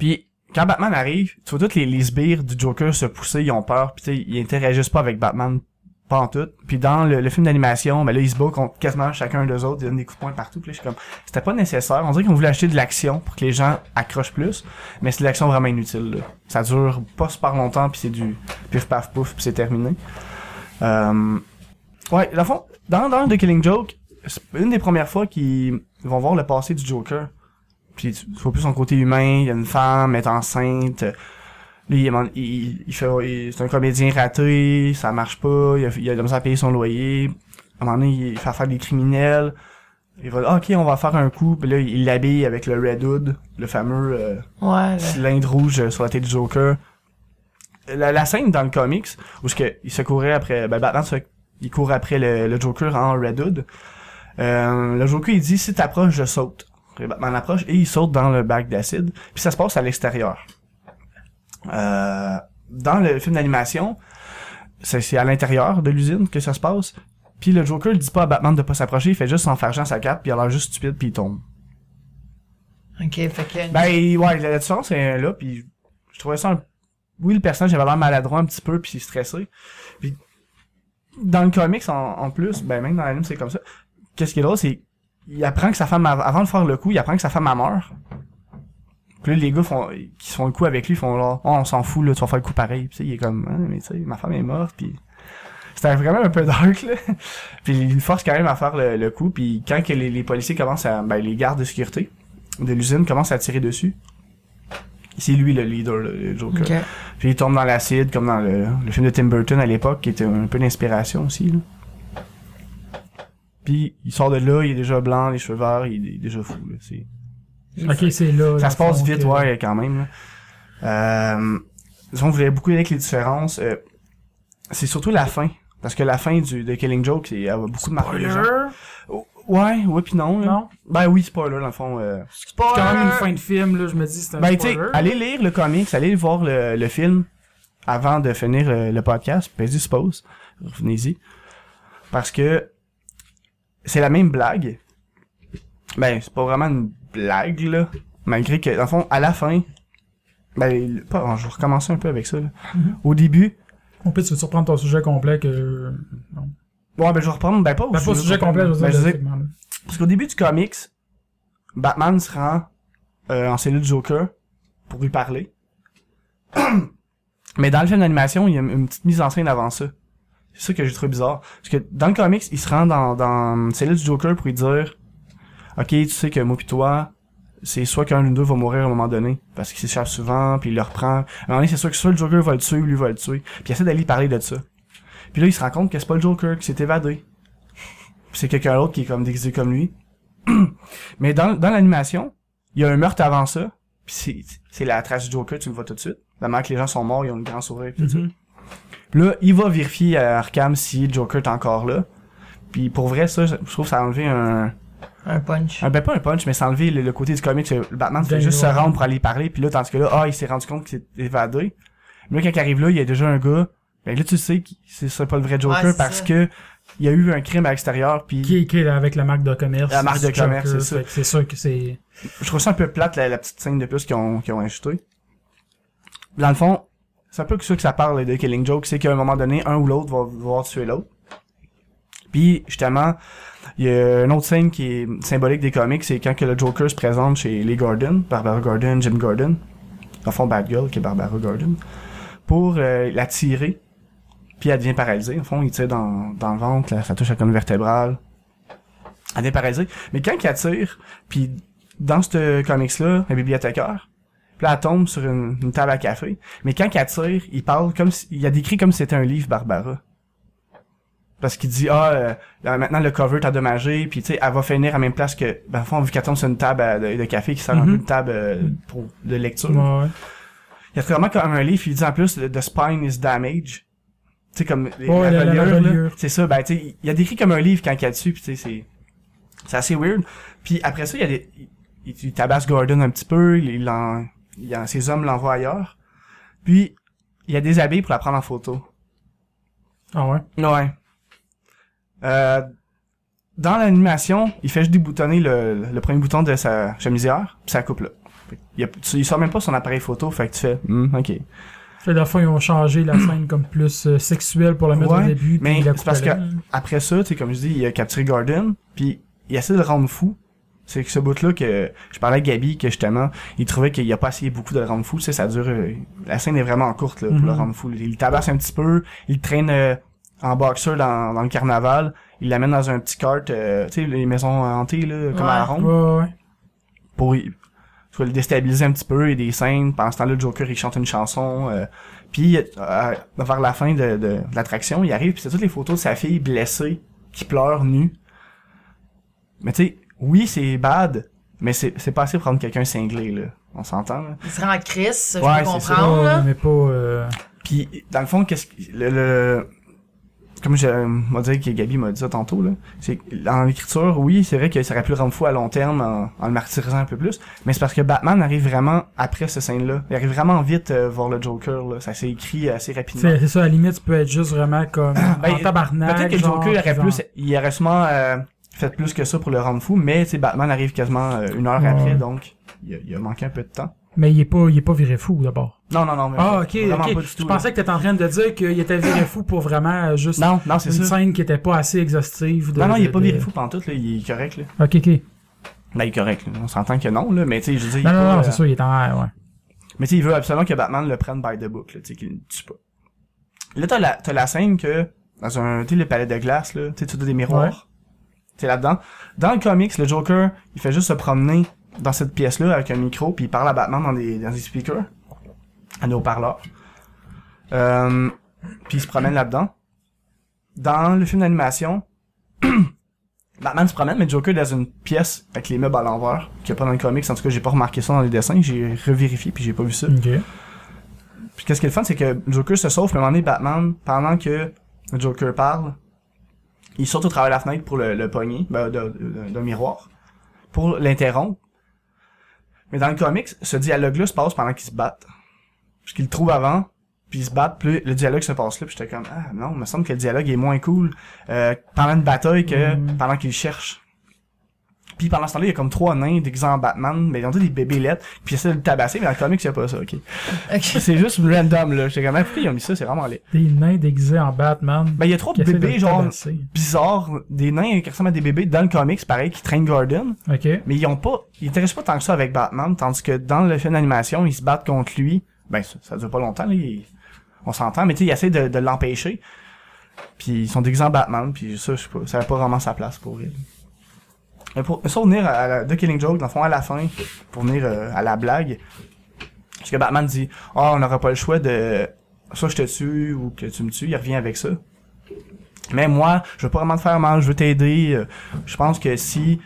Puis quand Batman arrive, tu vois toutes les, les sbires du Joker se pousser, ils ont peur, puis tu sais, ils interagissent pas avec Batman pas en tout. Puis dans le, le film d'animation, ben là ils se battent contre quasiment chacun d'eux autres, ils donnent des coups de poing partout. Puis là, je suis comme c'était pas nécessaire. On dirait qu'on voulait acheter de l'action pour que les gens accrochent plus, mais c'est de l'action vraiment inutile. là. Ça dure pas super longtemps, puis c'est du pif paf pouf, puis c'est terminé. Euh, Ouais, dans le fond, dans, dans The Killing Joke, c'est une des premières fois qu'ils vont voir le passé du Joker. Puis tu tu vois plus son côté humain, il y a une femme, elle est enceinte. euh, Lui, il, est man- il, il fait, il- c'est un comédien raté, ça marche pas, il a, il a de la misère à payer son loyer. À un moment donné, il fait affaire à des criminels. Il va, Ah, ok, on va faire un coup, puis là, il l'habille avec le Red Hood, le fameux euh,
ouais, là.
cylindre rouge euh, sur la tête du Joker. La, la scène dans le comics, où ce que, il se courait après, ben Batman se- il court après le, le Joker en Red Hood. Euh, le Joker il dit si t'approches je saute. Et Batman approche et il saute dans le bac d'acide. Puis ça se passe à l'extérieur. Euh, dans le film d'animation, c'est c'est à l'intérieur de l'usine que ça se passe. Puis le Joker il dit pas à Batman de pas s'approcher, il fait juste s'enfarger à sa cape, puis il a l'air juste stupide, puis il tombe.
Ok, fait que.
Ben, ouais, la différence est là, puis je trouvais ça un... Oui, le personnage avait l'air maladroit un petit peu, puis stressé. Puis dans le comics, en, en plus, ben même dans l'anime, c'est comme ça. Qu'est-ce qui est drôle, c'est il apprend que sa femme, av- avant de faire le coup, il apprend que sa femme a meurt. Puis là, les gars font, qui font le coup avec lui, font genre, oh, on s'en fout, là, tu vas faire le coup pareil. Puis tu sais, il est comme, Hein, mais tu sais, ma femme est morte, puis... C'était vraiment un peu [laughs] dark, là. puis il le force quand même à faire le, le coup, puis quand que les, les policiers commencent à... Ben, les gardes de sécurité de l'usine commencent à tirer dessus. C'est lui le leader, le, le Joker.
Ok.
Puis il tombe dans l'acide, comme dans le, le film de Tim Burton à l'époque, qui était un peu d'inspiration aussi. Là. Puis il sort de là, il est déjà blanc, les cheveux verts, il est déjà fou. Là, c'est-
Ok, c'est là.
ça se passe
dans le
vite,
fond, que-
ouais, quand même. là. Euh, disons, vous voulez beaucoup avec les différences. euh, c'est surtout la fin. Parce que la fin du, de Killing Joke, c'est, elle va beaucoup de marquer les gens.
Spoiler?
Oh, Ouais, ouais, puis non. là.
Non?
Ben oui, spoiler, dans le fond. euh,
C'est pas
Quand même une fin de film, là, je me dis, c'est un
Ben, tu
spoiler.
sais, allez lire le comics, allez voir le, le film avant de finir euh, le podcast. Pesez sur pause. Revenez-y. Parce que c'est la même blague. Ben, c'est pas vraiment une blague, là. Malgré que, dans le fond, à la fin, ben, le- pas, je vais recommencer un peu avec ça, là.
Mhm.
Au début,
On peut te surprendre ton sujet complet que. Non.
ouais, ben, je vais reprendre, ben, pas au
Ben, pas sujet complet, je veux dire.
Ben, je veux dire,
effectivement, là.
Parce qu'au début du comics, Batman se rend euh, en cellule Joker pour lui parler. [clears throat] Mais dans le film d'animation, il y a une- une petite mise en scène avant ça. C'est ça que j'ai trouvé bizarre. Parce que dans le comics, il se rend dans, dans la cellule du Joker pour lui dire Ok, tu sais que moi pis toi, c'est soit qu'un des deux va mourir à un moment donné, parce qu'il s'échappe souvent, puis il le reprend. À un moment donné, c'est sûr que soit le Joker va le tuer ou lui va le tuer. Puis il essaie d'aller parler de ça. Puis là, il se rend compte que c'est pas le Joker qui s'est évadé. Puis c'est quelqu'un d'autre qui est comme déguisé comme lui. [clears throat] Mais dans, dans l'animation, il y a un meurtre avant ça, puis c'est, c'est la trace du Joker, tu le vois tout de suite. La manière que les gens sont morts, ils ont le grand sourire, pis tout ça. Puis là, il va vérifier à Arkham si le Joker est encore là. Puis pour vrai, ça, je trouve que ça a enlevé un...
Un punch.
un ben pas un punch, mais ça a enlevé le, le côté du comic. que Le Batman fait
Ben,
juste
ouais.
se rendre pour aller parler, puis là, tandis que là, ah, il s'est rendu compte qu'il s'est évadé. Mais là, quand il arrive là, il y a déjà un gars... Ben là, tu sais que c'est, c'est pas le vrai Joker
Ouais, c'est
parce
ça.
que il y a eu un crime à l'extérieur, puis...
Qui est, qui est avec la marque de commerce.
La marque de
Joker,
commerce, c'est ça.
fait que C'est sûr que c'est.
je trouve ça un peu plate la, la petite scène de plus qu'ils ont, qu'ils ont ajoutée. Dans le fond, c'est un peu que ça que ça parle de Killing Joke, c'est qu'à un moment donné, un ou l'autre va vouloir tuer l'autre. Puis justement, il y a une autre scène qui est symbolique des comics, c'est quand que le Joker se présente chez Lee Gordon, Barbara Gordon, Jim Gordon, en fond Bad Girl qui est Barbara Gordon, pour euh, la tirer. Puis elle devient paralysée. En fond, il tire dans, dans le ventre, là, ça touche à la colonne vertébrale. Elle devient paralysée. Mais quand qu'elle tire, puis dans ce comics-là, un bibliothécaire. Puis là, elle tombe sur une, une table à café. Mais quand elle tire, il parle comme si, il a décrit comme si c'était un livre Barbara. Parce qu'il dit, ah, euh, là, maintenant le cover est endommagé, puis tu sais, elle va finir à la même place que, ben, au fond, vu qu'elle tombe sur une table à- de, de café qui sert un peu
Mhm.
de table euh, pour, de lecture.
Ouais, ouais.
Il y a vraiment comme un livre, il dit en plus, the spine is damaged. Tu sais, comme les-
Ouais, la- la
là.
reliure.
C'est ça, ben, tu sais, il a décrit comme un livre quand il y a dessus, puis tu sais, c'est, c'est assez weird. Puis après ça, il y a des, il, il tabasse Gordon un petit peu, il, il, en- il en- ses hommes l'envoient ailleurs. Puis, il y a des habits pour la prendre en photo.
Ah ouais.
Ouais. Euh, dans l'animation, il fait juste déboutonner le, le premier bouton de sa chemisière, puis ça coupe là. Il, y a- tu- il sort même pas son appareil photo, fait que tu fais, Hmm, ok.
Fait que la fois, ils ont changé la scène comme plus euh, sexuelle pour la mettre au
Ouais,
début.
mais
puis la
c'est
couper
parce que-
là.
après ça, tu sais, comme je dis, il a capturé Garden, puis il essaie de le rendre fou. C'est que ce bout-là que je parlais à Gabi, que justement, il trouvait qu'il a pas essayé beaucoup de le rendre fou, tu sais, ça dure... euh, la scène est vraiment courte, là, pour
Mhm.
le rendre fou. Il le tabasse un petit peu, il le traîne euh, en boxeur dans, dans le carnaval, il l'amène dans un petit cart, euh, tu sais, les maisons hantées, là, comme à la
Ouais.
ronde,
Ouais, ouais.
pour y- tu vois, le déstabiliser un petit peu, et des scènes, pendant ce temps-là, le Joker, il chante une chanson, euh, puis euh, vers la fin de, de, de l'attraction, il arrive, puis c'est toutes les photos de sa fille blessée, qui pleure nue. Mais tu sais, oui, c'est bad, mais c'est c'est pas assez pour rendre quelqu'un cinglé, là. On s'entend, là.
Il se rend en crise, je
Ouais,
peux
c'est ça.
comprendre,
Ouais,
là.
mais pas. euh,
Puis, dans le fond, qu'est-ce que... Le, le- comme je m'a dit que Gabi m'a dit ça tantôt, là, c'est que, en écriture, oui, c'est vrai que ça aurait pu le rendre fou à long terme en, en le martyrisant un peu plus, mais c'est parce que Batman arrive vraiment après cette scène-là. Il arrive vraiment vite euh, voir le Joker, là. Ça s'est écrit assez
tu
rapidement.
sais, C'est ça, à la limite, tu peux être juste vraiment comme. en
[coughs] Ben,
tabarnak.
Peut-être que le
genre,
Joker aurait
genre.
plus, il aurait sûrement euh, fait plus que ça pour le rendre fou, mais tu sais, Batman arrive quasiment euh, une heure
Ouais.
après, donc il a, il a manqué un peu de temps.
Mais il est pas, il est pas viré fou d'abord.
Non, non, non, mais
Ah, ok,
vraiment
ok.
pas du tout.
Je
là.
pensais que t'étais en train de dire qu'il était viré fou pour vraiment euh, juste
Non, non, c'est
une
ça.
scène qui était pas assez exhaustive. De,
Non, non, il est
de-
pas
de-
viré fou pantoute, là, il est correct, là.
Ok, ok.
Ben, il est correct, là. on s'entend que non, là, mais tu sais, je veux dire, il est
Non, non,
pas,
non,
euh,
c'est sûr, il est en air, ouais.
Mais tu sais, il veut absolument que Batman le prenne by the book, là, tu sais, qu'il le tue pas. Là, t'as la, t'as la scène que, dans un, tu sais, le palais de glace, là, tu sais, tu as des miroirs.
Ouais.
Tu sais, là-dedans. Dans le comics, le Joker, il fait juste se promener dans cette pièce-là avec un micro, puis il parle à Batman dans des, dans des speakers, à nos parleurs. Euh, puis il se promène là-dedans. Dans le film d'animation, [clears throat] Batman se promène, mais Joker est dans une pièce avec les meubles à l'envers, qu'il n'y a pas dans le comics. En tout cas, j'ai pas remarqué ça dans les dessins. J'ai revérifié, puis j'ai pas vu ça.
Ok.
Puis qu'est-ce qui est le fun, c'est que Joker se sauve, puis à un moment donné, Batman, pendant que Joker parle, il saute au travers de la fenêtre pour le, le pogner, ben, d'un d'un- d'un miroir, pour l'interrompre. Mais dans le comics, ce dialogue-là se passe pendant qu'ils se battent. Parce qu'ils le trouvent avant, puis ils se battent, puis le dialogue se passe là, puis j'étais comme, ah non, il me semble que le dialogue est moins cool euh, pendant une bataille que
Mm.
pendant qu'ils cherchent. Puis pendant ce temps-là, il y a comme trois nains déguisés en Batman, mais ils ont tous des bébés lettres, puis ils essaient de le tabasser, mais dans le comics, il y a pas ça, ok.
Ok.
c'est juste random, là. J'étais comme, Ah, pourquoi ils ont mis ça, c'est vraiment laid.
Des nains déguisés en Batman.
Ben, il y a trop de
qui essaient de
bébés,
le
genre,
tabasser.
bizarres, des nains qui ressemblent à des bébés dans le comics, pareil, qui traînent Garden.
Ok.
Mais ils ont pas, ils intéressent pas tant que ça avec Batman, tandis que dans le film d'animation, ils se battent contre lui. Ben, ça, ça dure pas longtemps, là, ils- on s'entend, mais tu sais, ils essaient de, de l'empêcher. Puis ils sont déguisés en Batman, puis ça, je sais pas, ça n'a pas vraiment sa place pour lui. Mais pour ça, revenir à la, de Killing Joke, dans le fond, à la fin, pour venir euh, à la blague, parce que Batman dit, « Ah, on n'aura pas le choix de... Soit je te tue, ou que tu me tues, il revient avec ça. » Mais moi, je veux pas vraiment te faire mal, je veux t'aider. euh, Je pense que si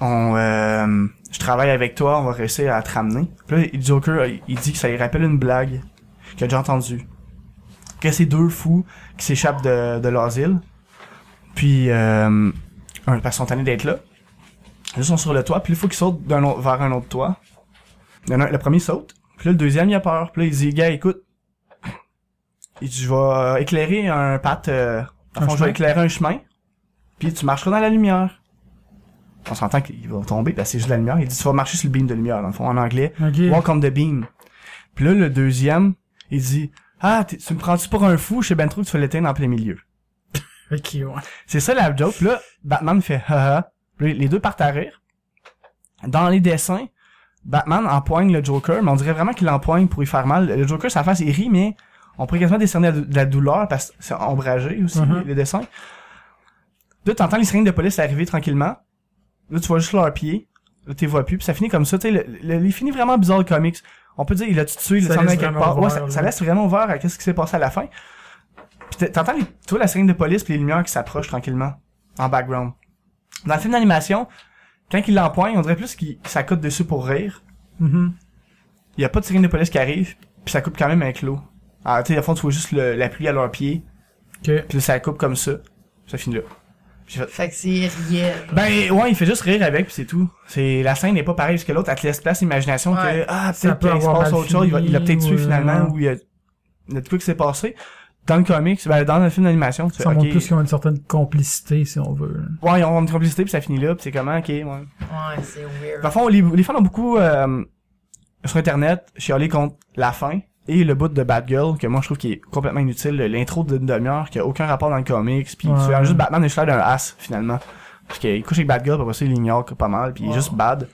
on, euh, je travaille avec toi, on va réussir à te ramener. Puis là, il- Joker, euh, il dit que ça lui rappelle une blague qu'il a déjà entendue. Que c'est deux fous qui s'échappent de, de l'asile. Puis, euh, un, parce qu'ils sont tannés d'être là. Ils sont sur le toit, puis il faut qu'ils sautent d'un autre- vers un autre toit. Il y en a un- le premier saute, puis là, le deuxième, il a peur. Puis là, il dit, gars, écoute, il dit, je vais euh, éclairer un pat, euh, dans le
Un
fond, je
chemin.
vais éclairer un chemin, puis tu marcheras dans la lumière. On s'entend qu'il va tomber, parce que c'est juste la lumière. Il dit, tu vas marcher sur le beam de lumière, dans le fond, en anglais.
Ok.
Walk on the beam. Puis là, le deuxième, il dit, ah, t'es- tu me prends-tu pour un fou? Je sais ben trop que tu vas l'éteindre en plein milieu.
Ok, ouais.
C'est ça la joke. Puis Là, Batman fait haha. Puis Les deux partent à rire. Dans les dessins, Batman empoigne le Joker, mais on dirait vraiment qu'il l'empoigne pour lui faire mal. Le Joker, sa face, il rit, mais on pourrait quasiment décerner la dou- de la douleur parce que c'est ombragé aussi,
Mhm.
le dessin. Là, t'entends les sirènes de police arriver tranquillement. Là, tu vois juste leurs pieds. Là, t'es vois plus. Puis ça finit comme ça. Tu sais, le- le- il finit vraiment bizarre, le comics. On peut dire, il l'a-tu tué, il
Ça
l'a emmené
laisse
quelque
vraiment
part. Ouais,
ouvert,
ça,
là.
ça laisse vraiment ouvert à qu'est-ce qui s'est passé à la fin. Puis t'- t'entends, les- tu vois la sirène de police puis les lumières qui s'approchent tranquillement en background. Dans le film d'animation, quand il l'empoigne, on dirait plus qu'il s'accote dessus pour rire.
Mhm.
Il y a pas de sirène de police qui arrive, puis ça coupe quand même avec l'eau. Ah, tu sais, au fond, tu vois juste le- la pluie à leurs pieds,
Ok.
puis là, ça coupe comme ça. Ça finit là. J'ai fait-
Fait que c'est réel.
Ben ouais, il fait juste rire avec, puis c'est tout. C'est la scène n'est pas pareille parce que l'autre, elle te laisse place à l'imagination que
Ouais.
ah
Ça
peut-être
peut
qu'il se
avoir
passe
mal
autre chose, il, va- il l'a
fini,
peut-être
ou,
tué
euh,
finalement
ouais.
ou il y a il y a de quoi qui s'est passé. Dans le comics, ben, dans le film d'animation, tu fais,
Ça montre
ok,
plus qu'ils ont une certaine complicité, si on veut.
ouais, ils ont une complicité puis ça finit là, puis c'est comment, ok, ouais.
Ouais, c'est weird.
Dans le fond, les, les fans ont beaucoup euh, sur internet chialé contre la fin et le bout de Batgirl que moi je trouve qui est complètement inutile, l'intro d'une demi-heure qui a aucun rapport dans le comics, puis
Ouais.
tu verras juste Batman échelle d'un as finalement. Parce qu'il couche avec Batgirl, puis après ça il l'ignore que pas mal, puis il est
Ouais.
juste bad.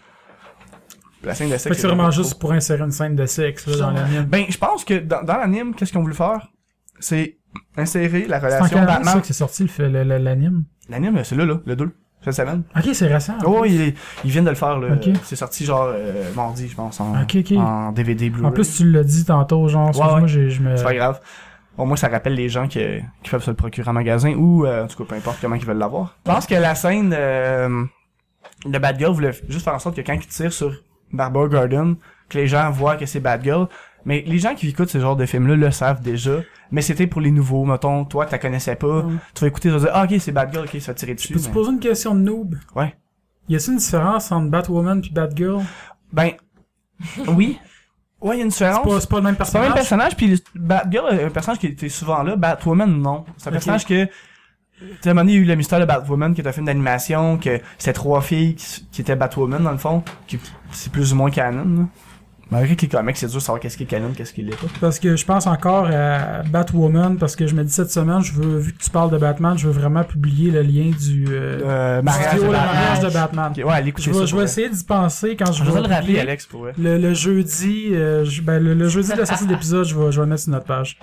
La scène de sexe.
Fait que c'est
est
vraiment
pas
juste pour insérer une scène de sexe là, dans la
trop.
mienne.
Ben je pense que dans, dans l'anime, qu'est-ce qu'ils ont voulu faire C'est insérer la
C'est en quelle
relation
année, ça,
euh, Batman.
que c'est sorti, le fait- le- le- l'anime?
L'anime, c'est là, là, le 2, cette semaine.
Ah, Ok, c'est récent.
Oh, il, est- ils viennent de le faire, là.
Ok.
C'est sorti genre euh, mardi, je pense, en,
Ok, ok.
en DVD Blu-ray.
En plus, tu l'as dit tantôt, genre, excuse-moi,
ouais.
j'ai- je me...
C'est
Euh.
pas grave. Au moins, ça rappelle les gens qui, qui peuvent se le procurer en magasin ou, euh, en tout cas, peu importe comment ils veulent l'avoir. Je pense que la scène euh, de Batgirl voulait juste faire en sorte que quand ils tirent sur Barbara Gordon, que les gens voient que c'est Batgirl. Mais les gens qui écoutent ce genre de film-là le savent déjà. Mais c'était pour les nouveaux. Mettons, toi, tu la connaissais pas.
Mm.
Tu vas écouter, tu vas dire, ah, ok, c'est Batgirl, ok, ça va tirer dessus.
Peux-tu
mais-
poser une question de noob?
Ouais.
Y a-t-il une différence entre Batwoman puis Batgirl?
Ben, oui. Ouais, il y a une différence.
C'est pas, c'est pas le même
C'est pas le même
personnage?
personnage, puis le- Batgirl est un personnage qui était souvent là, Batwoman non. C'est un
Ok.
personnage que, tu sais, à un moment donné, il y a eu le mystère de Batwoman, qui est un film d'animation, que c'était trois filles qui, s- qui étaient Batwoman, dans le fond, qui c'est plus ou moins canon, là. Malgré que les comics, c'est dur de savoir qu'est-ce qui est canon, qu'est-ce qui l'est pas.
Parce que je pense encore à Batwoman, parce que je me dis cette semaine, je veux, vu que tu parles de Batman, je veux vraiment publier le lien du euh,
Euh, mariage
studio
de
Le
Batman.
mariage de Batman.
Ok, ouais, allez,
Je
écoutez ça.
vais, je
pour vrai.
vais essayer d'y penser quand
Je
je
vais
vais
le rappeler,
publier.
Alex, pour vrai.
Le, le jeudi, euh, je- ben, le, le jeudi de la sortie de l'épisode, je vais, je vais le mettre sur notre page.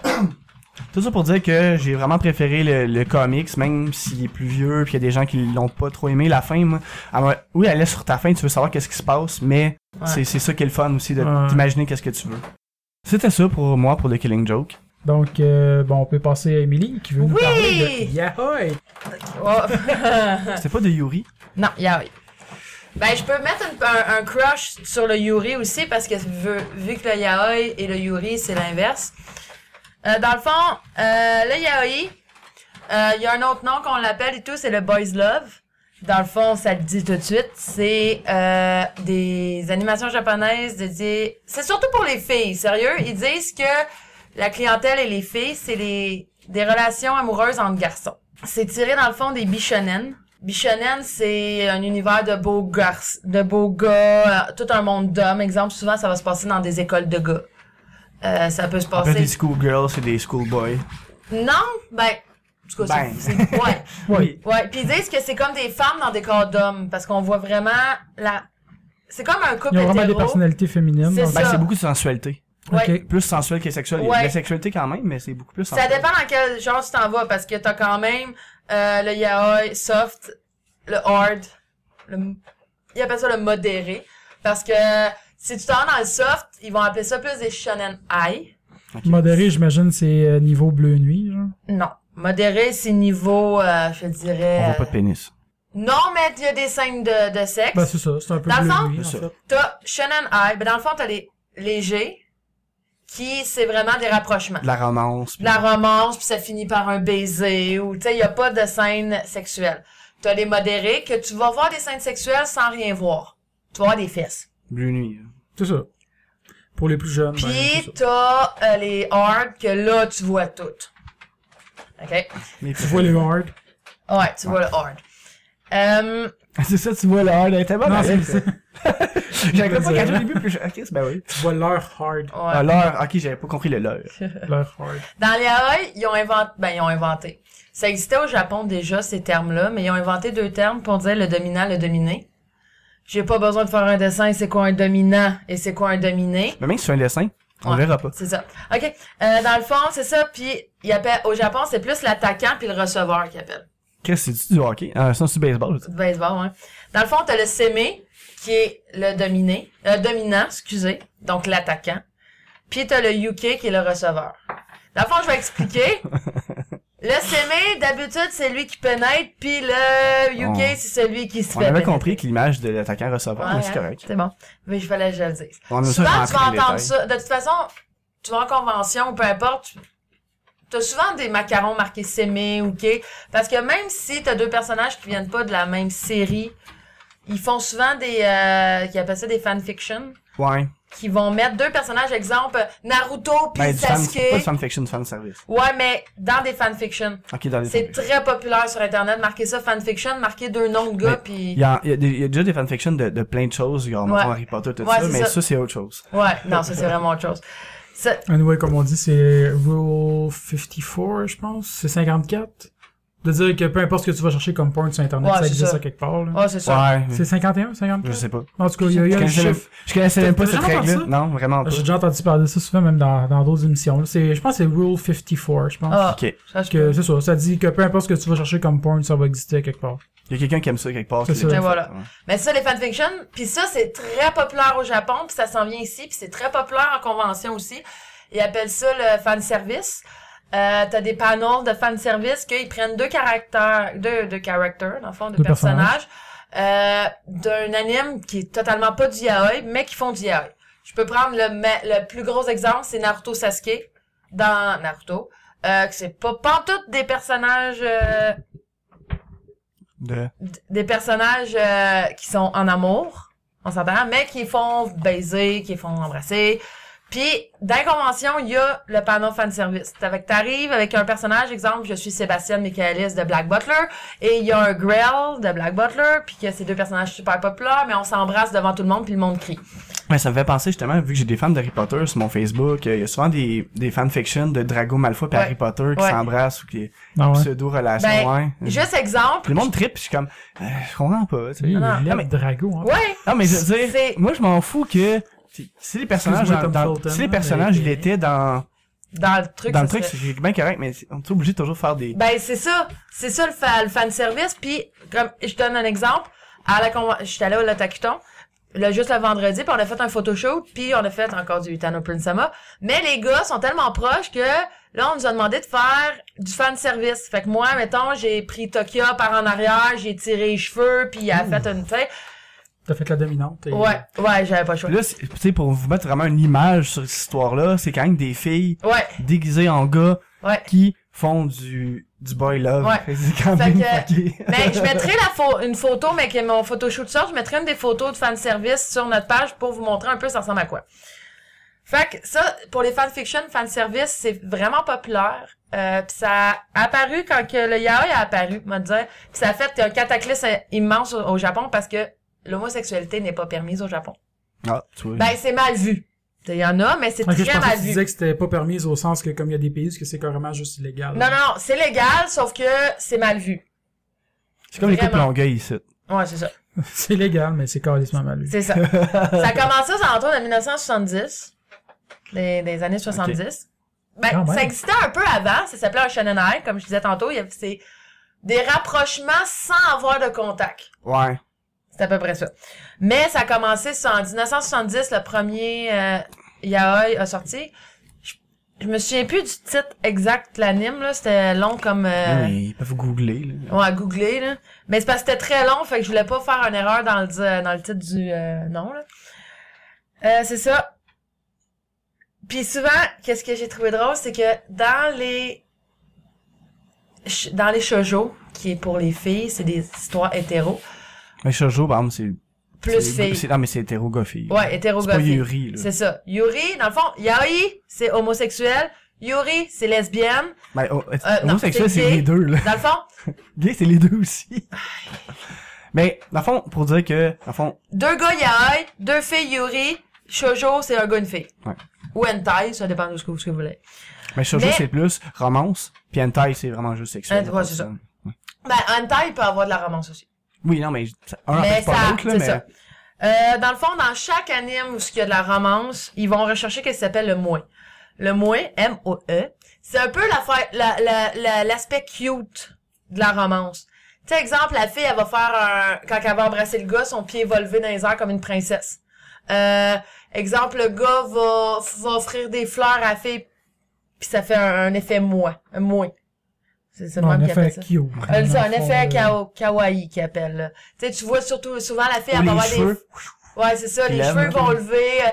Tout ça pour dire que j'ai vraiment préféré le, le comics, même s'il est plus vieux, puis il y a des gens qui l'ont pas trop aimé. La fin, moi, elle m'a- oui, elle est sur ta fin, tu veux savoir qu'est-ce qui se passe, mais
Ouais.
c'est c'est ça qui est le fun aussi, de
Ouais.
t'imaginer qu'est-ce que tu veux. C'était ça pour moi, pour The Killing Joke.
Donc, euh, bon, on peut passer à Emily, qui veut nous
Oui!
parler de... Yahoy!
Oh. [laughs]
C'était pas de Yuri.
Non, yaoi. Ben, je peux mettre une- un, un crush sur le yuri aussi parce que vu, vu que le yaoi et le yuri, c'est l'inverse. Euh, dans le fond, euh, le yaoi, euh, il y a un autre nom qu'on l'appelle et tout, c'est le boys love. Dans le fond, ça le dit tout de suite, c'est euh, des animations japonaises dédiées... C'est surtout pour les filles, sérieux. Ils disent que la clientèle et les filles, c'est les des relations amoureuses entre garçons. C'est tiré dans le fond des bichonen. Bichonen, c'est un univers de beaux garces, de beaux gars, euh, tout un monde d'hommes. Exemple, souvent, ça va se passer dans des écoles de gars. Euh, ça peut se
En fait,
passer.
des schoolgirls, c'est des schoolboys.
Non, ben, en tout cas,
Ben.
c'est, c'est- ouais,
Oui.
ouais. Puis ils disent que c'est comme des femmes dans des corps d'hommes, parce qu'on voit vraiment la. C'est comme un couple
Ils ont vraiment des
hétéro.
personnalités féminines.
C'est
dans le-
Ben,
ça.
c'est beaucoup de sensualité.
Ouais.
Ok.
Plus sensuel que sexuel. Il y a de la
Ouais.
sexualité quand même, mais c'est beaucoup plus
Ça
sensuel.
dépend dans quel genre tu t'en vas, parce que t'as quand même euh, le yaoi soft, le hard, le, ils appellent ça le modéré, parce que si tu t'en vas dans le soft, ils vont appeler ça plus des shonen high.
Modéré, j'imagine, c'est euh, niveau bleu nuit. genre.
Non, modéré c'est niveau, euh, je dirais.
On voit pas de
euh,
pénis.
Non, mais il y a des scènes de, de sexe.
Ben, c'est ça, c'est un peu
Dans le
bleu
fond-
nuit, en
C'est ça.
fait.
t'as shonen high, mais dans le fond t'as les légers, qui c'est vraiment des rapprochements.
De la romance.
de la romance, puis ça finit par un baiser, ou tu sais, il a pas de scène sexuelle. T'as les modérés que tu vas voir des scènes sexuelles sans rien voir. Tu vas voir des fesses.
Bleu nuit. hein.
C'est ça. Pour les plus jeunes. ben, c'est
Puis
ça.
t'as euh, les hard que là, tu vois toutes. OK? Ouais,
Mais
Tu vois les hard.
tu vois le hard. Euh,
[laughs] C'est ça, tu vois, l'heure, elle était bonne.
Non,
elle.
c'est-
[laughs] J'avais pas catché au début, puis je... Ok, ben oui.
Tu vois leur hard.
ouais.
Ah, l'heure, ok, j'avais pas compris le l'heure.
Leur hard.
Dans les yaoi, ils ont inventé, ben, ils ont inventé. Ça existait au Japon déjà, ces termes-là, mais ils ont inventé deux termes pour dire le dominant, le dominé. J'ai pas besoin de faire un dessin, c'est quoi un dominant et c'est quoi un dominé.
Mais même si c'est un dessin, on
Ouais.
verra pas.
C'est ça. OK. Euh, dans le fond, c'est ça. Puis, il appelle, au Japon, c'est plus l'attaquant puis le receveur qui appelle.
Qu'est-ce que c'est du hockey? Ah, ça, c'est du baseball. ça.
Du baseball, hein. Dans le fond, t'as le sémé, qui est le dominé, euh, dominant, excusez, donc l'attaquant. Puis t'as le yuke, qui est le receveur. Dans le fond, je vais expliquer.
[laughs]
le sémé, d'habitude, c'est lui qui pénètre, puis le yuke,
On-
c'est celui qui
Oh.
se
On
fait
avait
pénétrer.
compris que l'image de l'attaquant receveur,
Ouais,
mais c'est
hein,
correct.
C'est bon. Mais il fallait que je le dise.
On a ça
Souvent,
rentré
tu vas
dans les
entendre
détails.
ça. De toute façon, tu vas en convention ou peu importe, tu- t'as souvent des macarons marqués sémé ou quai. Parce que même si t'as deux personnages qui viennent pas de la même série, ils font souvent des, euh, qui appellent ça des fanfictions,
Ouais.
qui vont mettre deux personnages, exemple, Naruto puis
Ben, du fan,
Sasuke.
pas de fanfiction, du fanservice.
Ouais, mais dans des fanfictions.
Ok, dans les
C'est
fanfictions.
très populaire sur Internet, marquer ça fanfiction, marquer deux noms de gars
Mais
puis
Il y, a, il y a des- il y a déjà des fanfictions de, de plein de choses, genre
Ouais.
Harry Potter, tout
Ouais,
ça,
c'est
mais
ça.
ça, c'est autre chose.
Ouais, non, ça c'est vraiment autre chose. Ça-
Anyway, comme on dit, c'est Rule 54, je pense. C'est 54.
De dire que peu importe ce que tu vas chercher comme porn sur Internet,
Ouais,
ça
c'est
existe
ça.
à quelque part. là.
Ouais, Ah, c'est ça.
Ouais,
C'est 51,
Mhm. je
54?
sais pas.
En tout cas, il y a, il y
Je
a un
connaissais, même-
chiffre.
je connaissais même pas
T'as
cette
jamais entendu
règle-là. Non, vraiment pas.
J'ai déjà entendu parler de ça souvent, même dans dans d'autres émissions. là. C'est- Je pense que c'est Rule 54, je pense.
Ah,
Ok.
ça, je
Que c'est ça, ça dit que peu importe ce que tu vas chercher comme porn, ça va exister à quelque part.
Il y a quelqu'un qui aime ça quelque part.
C'est
qui
ça.
l'a
Et
fait.
Ben voilà.
Ouais.
Mais ça, les fanfictions, puis ça, c'est très populaire au Japon, puis ça s'en vient ici, puis c'est très populaire en convention aussi. Ils appellent ça le fanservice. Euh, t'as des panels de fanservice qu'ils prennent deux caractères, deux, deux characters, dans le fond, deux,
Deux
personnages, euh, d'un anime qui est totalement pas du yaoi, mais qui font du yaoi. Je peux prendre le, me- le plus gros exemple, c'est Naruto Sasuke, dans Naruto, euh, que c'est pas pantoute des personnages... euh,
De...
d- des personnages euh, qui sont en amour, on s'entend, mais qui font baiser, qui font embrasser. Puis, dans la convention, il y a le panneau fanservice. Fait que t'arrives avec un personnage, exemple, je suis Sébastien Michaelis de Black Butler, et il y a un Grell de Black Butler, puis que c'est deux personnages super populaires, mais on s'embrasse devant tout le monde, puis le monde crie.
Ouais, ça me fait penser justement, vu que j'ai des fans d'Harry Potter sur mon Facebook, euh, il y a souvent des, des fanfictions de Drago Malfoy et
Ouais.
Harry Potter qui
Ouais.
s'embrassent ou qui
Ah ouais.
pseudo-relation.
Ben,
ouais.
Juste exemple.
Puis le monde trippe, je suis comme, euh, je comprends pas, tu sais.
Il
non.
est
Ah, mais-
Drago, hein.
Ouais,
Non, mais je veux dire,
C'est-
moi, je m'en fous que si les personnages,
Excuse-moi,
dans-
Tom
dans-
Felton,
si les
là,
personnages,
mais-
il était dans,
dans le truc,
dans
ça
le truc,
serait-
c'est bien correct, mais c'est- on est obligé de toujours faire des,
Ben c'est ça, c'est ça le, fa le fan service. Puis comme je donne un exemple, à la conven- j'étais allée au Lotacuton, là juste le vendredi, puis on a fait un photoshoot, puis on a fait encore du Tano Prince Sama. Mais les gars sont tellement proches que là on nous a demandé de faire du fan service. Fait que moi, mettons, j'ai pris Tokia par en arrière, j'ai tiré les cheveux, puis il a fait une tête.
T'as fait la dominante. et-
Ouais, ouais, j'avais pas le choix.
Puis là, c'est- tu sais, pour vous mettre vraiment une image sur cette histoire-là, c'est quand même des filles
Ouais,
déguisées en gars
ouais.
qui font du, du boy love. [laughs]
Ouais.
C'est quand
Fait
même
que-
fucké.
Mais Ben, je mettrai la pho- une photo, mais que mon photoshoot sort, je mettrai une des photos de fanservice sur notre page pour vous montrer un peu ça ressemble à quoi. Fait que ça, pour les fanfictions, fanservice, c'est vraiment populaire. Euh, puis ça a apparu quand que le yaoi a apparu, me dire. Puis ça a fait un cataclysme immense au, au Japon parce que l'homosexualité n'est pas permise au Japon.
Ah, tu vois.
Ben, c'est mal vu. Il y en a, mais c'est
Ok, je
très
pensais
mal
que tu
vu.
disais que c'était pas permis au sens que comme il y a des pays où c'est carrément juste illégal.
Non, non, non, c'est légal, sauf que c'est mal vu.
c'est comme les couples
vraiment.
longueuil ici.
Ouais, c'est ça.
c'est légal, mais c'est carrément mal vu.
C'est ça. ça a commencé aux alentours de 1970, des, des années 70. Ben,
Quand même.
ça existait un peu avant, ça s'appelait un Shannon High, comme je disais tantôt. Il y avait c'est des rapprochements sans avoir de contact.
Ouais.
C'est à peu près ça. Mais ça a commencé ça, en 1970, le premier euh, yaoi a sorti. Je, je me souviens plus du titre exact de l'anime, là. C'était long comme... euh,
Mais ils peuvent googler, là.
on a googlé, là. Mais c'est parce que c'était très long, fait que je voulais pas faire une erreur dans le, di- dans le titre du euh, nom, là. Euh, c'est ça. Puis souvent, qu'est-ce que j'ai trouvé drôle, c'est que dans les... sh- Dans les shoujo, qui est pour les filles, c'est des histoires hétéro,
Mais Shoujo, par exemple, c'est.
plus
c'est-
filles.
c'est- Non, mais c'est hétérogophie.
Ouais,
C'est pas
hétérogophie.
Yuri, là.
C'est ça. Yuri, dans le fond, yaoi, c'est homosexuel. Yuri, c'est lesbienne.
Ben, oh,
Euh, non,
homosexuel,
c'est
c'est
gay.
les deux, là.
Dans le fond,
Gay, c'est les deux aussi. Mais, dans le fond, pour dire que, dans le fond,
deux gars yaoi, deux filles yuri, shoujo, c'est un gars une fille.
Ouais.
Ou hentai, ça dépend de ce que vous, ce que vous voulez.
mais Shoujo,
Mais-
c'est plus romance, puis hentai, c'est vraiment juste sexuel.
Ouais, ouais, c'est ça. Ben, hentai peut avoir de la romance aussi.
Oui, non, mais ça- un
mais
n'empêche Ah, pas
ça,
l'autre, là,
c'est
mais...
ça. Euh, dans le fond, dans chaque anime où il y a de la romance, ils vont rechercher qu'est-ce qui s'appelle le mouet. Le mouet, M-O-E, E, c'est un peu l'affaire- la- la- la- l'aspect cute de la romance. Tu sais, exemple, la fille, elle va faire un... Quand elle va embrasser le gars, son pied va lever dans les airs comme une princesse. Euh, exemple, le gars va, va offrir des fleurs à la fille, puis ça fait un, un effet mouet. Un mouet. C'est c'est le
un
même qui appelle
effet
ça.
qui
Euh, c'est un effet kao- kawaii qui appelle. là. Tu sais, tu vois surtout souvent la
Ou
fille elle va
les
avoir
cheveux.
des ouais, c'est ça, les
Lèvres,
cheveux
ok. ben.
vont lever, euh,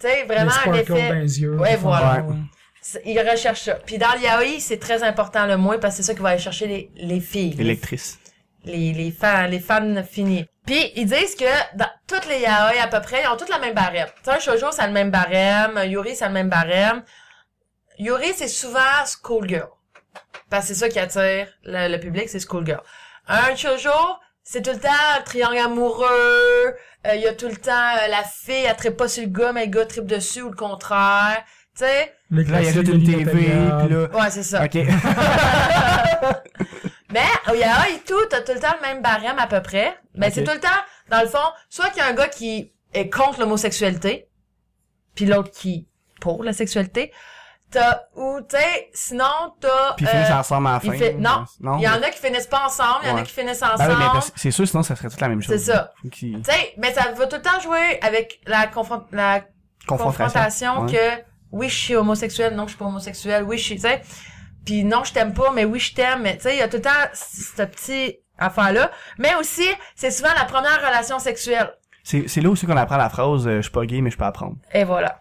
tu sais,
Les
vraiment un
sparkles dans euh,
effet.
les yeux.
Ouais, voilà.
Ouais.
C'est- Ils recherchent ça. Puis dans le yaoi, c'est très important le moins parce que c'est ça qui va aller chercher les, les filles, les,
Électrice.
les, les fans, les fans finis. Puis ils disent que dans toutes les yaoi à peu près, ils ont toutes la même barème. Tu sais, un shoujo, ça a le même barème, un yuri, ça a le même barème. Yuri, c'est souvent schoolgirl. Parce que c'est ça qui attire le, le public, c'est schoolgirl. Un shoujo, c'est tout le temps le triangle amoureux. Il y a tout le temps euh, la fille, elle tripe pas sur le gars, mais le gars tripe dessus ou le contraire. Tu sais?
Les
Puis là, il
classiques,
ajoute
les
une TV, puis
inatteignable.
là...
Ouais, c'est ça.
Ok. [laughs]
Mais au yaoi et tout, t'as tout le temps le même barème à peu près. Mais
Ok.
c'est tout le temps, dans le fond, soit qu'il y a un gars qui est contre l'homosexualité, puis l'autre qui pour la sexualité. T'as ou t'sais, sinon t'as.
Puis
euh,
finissent ensemble à la
il
fin.
fait- non,
non.
il y en a qui finissent pas ensemble, il y en a
Ouais.
qui finissent
Ben
ensemble.
oui, mais parce- c'est sûr, sinon, ça serait toute la même chose.
C'est ça.
Faut qu'il-
T'sais, mais ça va tout le temps jouer avec la, confron- la confrontation,
Ouais.
que oui, je suis homosexuel, non, je suis pas homosexuel, oui, je suis, tu sais. Puis non, je t'aime pas, mais oui, je t'aime. Mais Tu sais, il y a tout le temps c- ce petit affaire-là. Mais aussi, c'est souvent la première relation sexuelle.
C'est c'est là aussi qu'on apprend la phrase euh, Je suis pas gay, mais je peux apprendre.
Et voilà.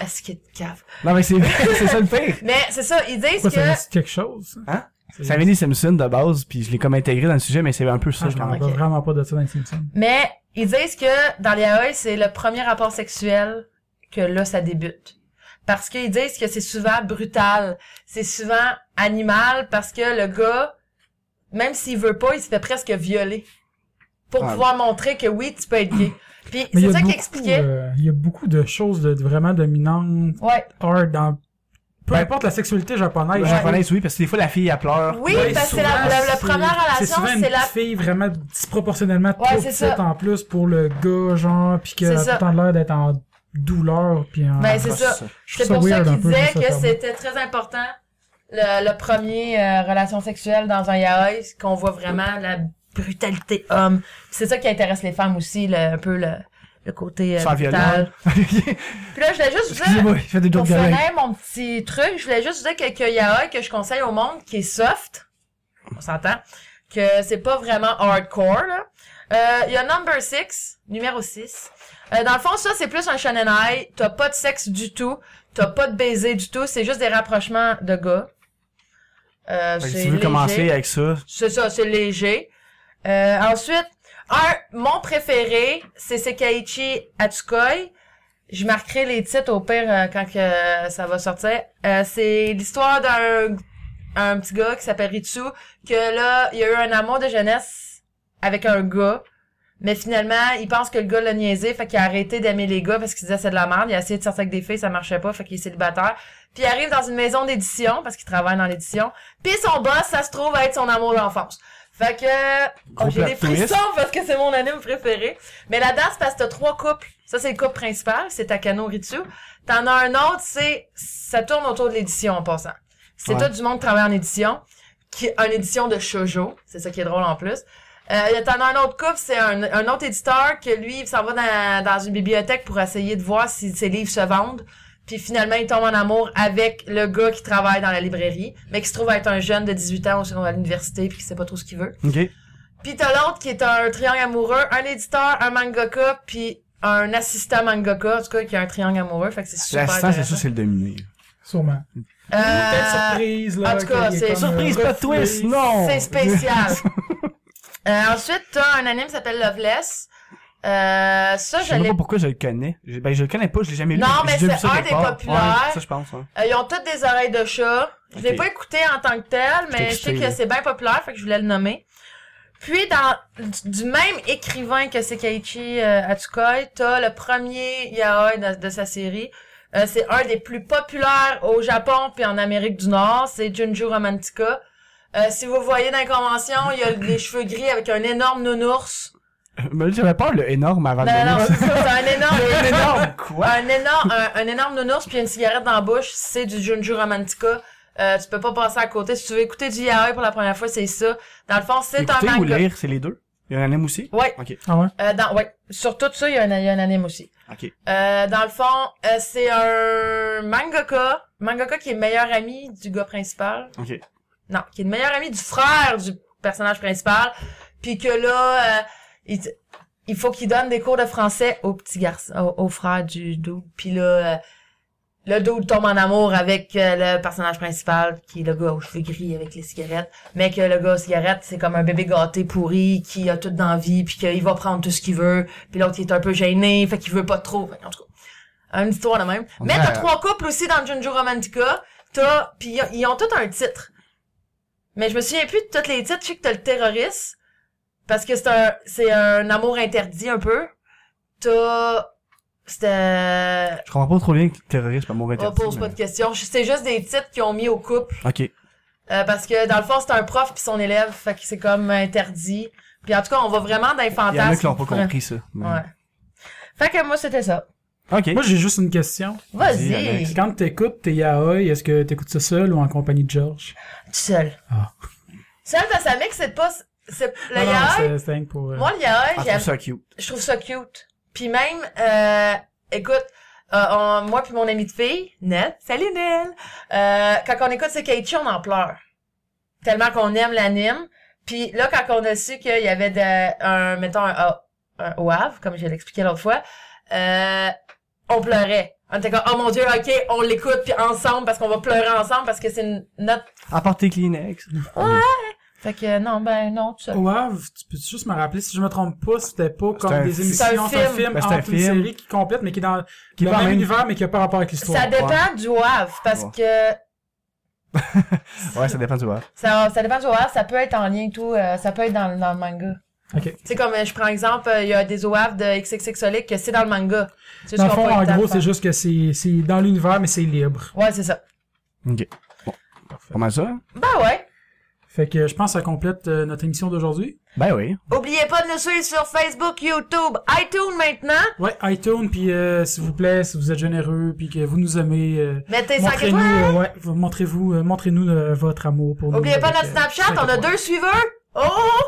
Est-ce qu'il te cave?
Non, mais c'est [laughs] c'est ça le pire.
Mais c'est ça, ils disent
Pourquoi ça
que...
me dit quelque chose? ça?
Hein?
C'est-
Ça vient des Simpsons de base, puis je l'ai comme intégré dans le sujet, mais c'est un peu ça,
Ah,
je
je m'en
pense.
rappelle
Ok.
vraiment pas de ça dans les Simpsons.
Mais ils disent que dans les yaoi, c'est le premier rapport sexuel que là, ça débute. Parce qu'ils disent que c'est souvent brutal, c'est souvent animal, parce que le gars, même s'il veut pas, il se fait presque violer. Pour
Ah.
pouvoir montrer que oui, tu peux être
[clears throat]
gay. Puis
Mais il y
c'est
a
ça
beaucoup,
qu'il expliquait.
euh, Il y a beaucoup de choses de, de vraiment dominantes,
Ouais.
hard dans... Peu
Ben-
importe la sexualité japonaise.
La japonaise, oui, parce que des fois, la fille, elle pleure.
Oui,
Ouais,
parce que la,
souvent,
la- la
c'est-
première
C'est
relation,
souvent une
c'est la...
petite fille vraiment disproportionnellement trop
c'est
petite
ça.
en plus pour le gars, genre, pis qui a
C'est
tout
ça.
le temps l'air d'être en douleur, pis en...
Ben, c'est
Ah, [laughs]
ça.
Je
C'est
trouve
pour ça
weird un
qu'il
peu,
disait
je trouve
que
ça
c'était très important, le, le premier euh, relation sexuelle dans un yaoi, qu'on voit vraiment la brutalité homme. Puis C'est ça qui intéresse les femmes aussi, le, un peu le, le côté euh,
Sans violent.
brutal. Puis là, je voulais juste vous dire,
Excusez-moi, je fais des
pour
jokes de même.
finir mon petit truc, je voulais juste vous dire que, que yaoi que je conseille au monde, qui est soft, on s'entend, que c'est pas vraiment hardcore, là. Euh, Il y a Number 6, numéro 6. Euh, dans le fond, ça, c'est plus un shonen high. T'as pas de sexe du tout. T'as pas de baiser du tout. C'est juste des rapprochements de gars. Euh,
Fait que
c'est
Si tu veux
léger.
commencer avec ça,
C'est ça, c'est léger. Euh, ensuite, un, mon préféré, c'est Sekaiichi Atsukoi. Je marquerai les titres au pire euh, quand que, euh, ça va sortir. Euh, c'est l'histoire d'un un petit gars qui s'appelle Ritsu, que là, il y a eu un amour de jeunesse avec un gars. Mais finalement, il pense que le gars l'a niaisé, fait qu'il a arrêté d'aimer les gars parce qu'il disait c'est de la merde. Il a essayé de sortir avec des filles, ça marchait pas, fait qu'il est célibataire. Puis il arrive dans une maison d'édition, parce qu'il travaille dans l'édition. Puis son boss, ça se trouve à être son amour d'enfance. Fait que oh,
Gros
j'ai des
plot twist.
frissons parce que c'est mon anime préféré. Mais la danse parce que t'as trois couples. Ça c'est le couple principal, c'est Takano Ritsu. T'en as un autre, c'est ça tourne autour de l'édition en passant. C'est
Ouais.
tout du monde qui travaille en édition, qui une édition de shojo, c'est ça qui est drôle en plus. Euh, t'en as un autre couple, c'est un, un autre éditeur que lui, il s'en va dans, dans une bibliothèque pour essayer de voir si ses livres se vendent. Puis finalement, il tombe en amour avec le gars qui travaille dans la librairie, mais qui se trouve être un jeune de 18 ans au secondaire à l'université puis qui sait pas trop ce qu'il veut.
Ok.
Puis t'as l'autre qui est un triangle amoureux, un éditeur, un mangaka, puis un assistant mangaka, en tout cas, qui a un triangle amoureux, fait que c'est super
L'assistant, c'est
intéressant.
sûr, c'est le dominé.
Sûrement. Peut-être
Euh,
surprise, là.
en tout cas,
qu'il y ait
c'est-
comme,
Surprise,
euh,
pas de twist,
reflet.
non!
C'est spécial.
[laughs]
Euh, ensuite, t'as un anime qui s'appelle Loveless. Euh, ça,
Je
je
sais même
l'ai...
pas pourquoi je le connais. Je- Ben, je le connais pas, je l'ai jamais lu.
Non,
J'ai
mais
déjà vu
c'est
ça
un
quelque
des
part.
populaires.
Ouais, ça, je pense, ouais. [laughs]
euh, ils ont toutes des oreilles de chat. Je l'ai
Ok.
pas écouté en tant que tel, mais je sais
excité,
que
là.
c'est bien populaire, fait que je voulais le nommer. Puis, dans du- du même écrivain que Sekaiichi euh, Atsukoi, t'as le premier yaoi de, de sa série. Euh, c'est un des plus populaires au Japon puis en Amérique du Nord. C'est Junju Romantica. Euh, si vous voyez dans les conventions, il y a les cheveux gris avec un énorme nounours.
Mais j'avais peur, le énorme avant de
Non, non,
venir.
c'est ça, c'est un
[laughs]
énorme,
Un énorme, quoi?
un énorme, un, un énorme nounours puis une cigarette dans la bouche, c'est du Junju Romantica. Euh, tu peux pas passer à côté. Si tu veux écouter du yaoi pour la première fois, c'est ça. Dans le fond, c'est un
Écouter ou
manga.
lire, c'est les deux? Il y en a un anime aussi?
Ouais,
Ok.
Ah ouais?
euh, dans, ouais. Sur tout ça, il y a un, il y a un anime aussi.
Ok.
Euh, dans le fond, euh, c'est un mangaka, mangaka qui est meilleur ami du gars principal.
Ok.
Non, qui est le meilleur ami du frère du personnage principal, puis que là, euh, il, il faut qu'il donne des cours de français au petit garçon, au, au frère du dude, puis là, euh, le dude tombe en amour avec euh, le personnage principal, qui est le gars aux cheveux gris avec les cigarettes, mais que le gars aux cigarettes, c'est comme un bébé gâté pourri, qui a tout d'envie, puis qu'il va prendre tout ce qu'il veut, puis l'autre, il est un peu gêné, fait qu'il veut pas trop, Fait que, en tout cas, une histoire de même.
On
mais
dirait-
t'as trois couples aussi dans Junjo Romantica, t'as, puis ils ont- ils ont tous un titre. Mais je me souviens plus de tous les titres. Je sais que t'as le terroriste. Parce que c'est un, c'est un amour interdit un peu. T'as, c'était,
Je comprends pas trop bien que le terrorisme pas mauvais
on
terme.
pose pas de questions. Je- C'est juste des titres qu'ils ont mis au couple.
Ok.
Euh, parce que dans le fond, c'est un prof puis son élève. Fait que c'est comme interdit. Puis en tout cas, on va vraiment dans les
Il y en a
fantasmes.
qui l'ont pas compris, ça.
Ouais. Fait que moi, c'était ça.
Ok.
Moi, j'ai juste une question.
Vas-y.
Vas-y, Alex.
Tout
Quand t'écoutes tes yaoi, est-ce que t'écoutes ça seul ou en compagnie de George?
seul.
Ah.
Seul dans sa mec, c'est pas, c'est, le
Non, non,
yaoi.
c'est- c'est dingue pour... euh,
Moi, le yaoi,
Ah, je
j'aime
trouve ça cute.
je trouve ça cute. Puis même, euh, écoute, euh, on- moi puis mon amie de fille, Nell, salut Nell, euh, quand on écoute Sekaiichi, on en pleure. Tellement qu'on aime l'anime. Puis là, quand on a su qu'il y avait de, un, mettons, un, un OAV, comme je l'expliquais l'autre fois, euh, on pleurait. On était comme, oh mon dieu, ok, on l'écoute puis ensemble parce qu'on va pleurer ensemble parce que c'est une- notre...
Apportez Kleenex.
Fait que non, ben non, tout ça.
Oav, Oh, tu peux juste me rappeler, si je me trompe pas, c'était pas comme
un
des
film.
émissions,
C'est un
c'est un
film.
film,
Ben, c'est un
entre une
film.
série qui complète, mais qui est dans
Qui
le
parle
même
même-
univers, mais qui a pas rapport avec l'histoire.
Ça dépend du OAV parce
Ouais.
que
Ouais, ça dépend du verre.
Ça, ça dépend du OAV, ça peut être en lien et tout, euh, ça peut être dans, dans le manga.
Ok.
Tu sais, comme euh, je prends exemple, euh, il y a des OAV de XXXolic que c'est dans le manga. C'est
Dans
juste
le fond,
qu'on a pas eu
en
le temps de
gros, c'est
faire.
juste que c'est c'est dans l'univers, mais c'est libre.
Ouais, c'est ça.
Ok. Bon. Comment ça?
Ben ouais.
Fait que je pense que ça complète euh, notre émission d'aujourd'hui.
Ben oui.
Oubliez pas de nous suivre sur Facebook, YouTube, iTunes maintenant.
Ouais, iTunes, puis euh, s'il vous plaît, si vous êtes généreux, puis que vous nous aimez, euh,
Mettez 5
montrez-nous,
étoiles.
euh, ouais, vous- montrez-vous, euh, montrez-nous euh, votre amour pour nous.
hein? Oubliez pas
avec,
notre
euh,
Snapchat,
cinq
on a
étoiles.
deux suiveurs. Oh!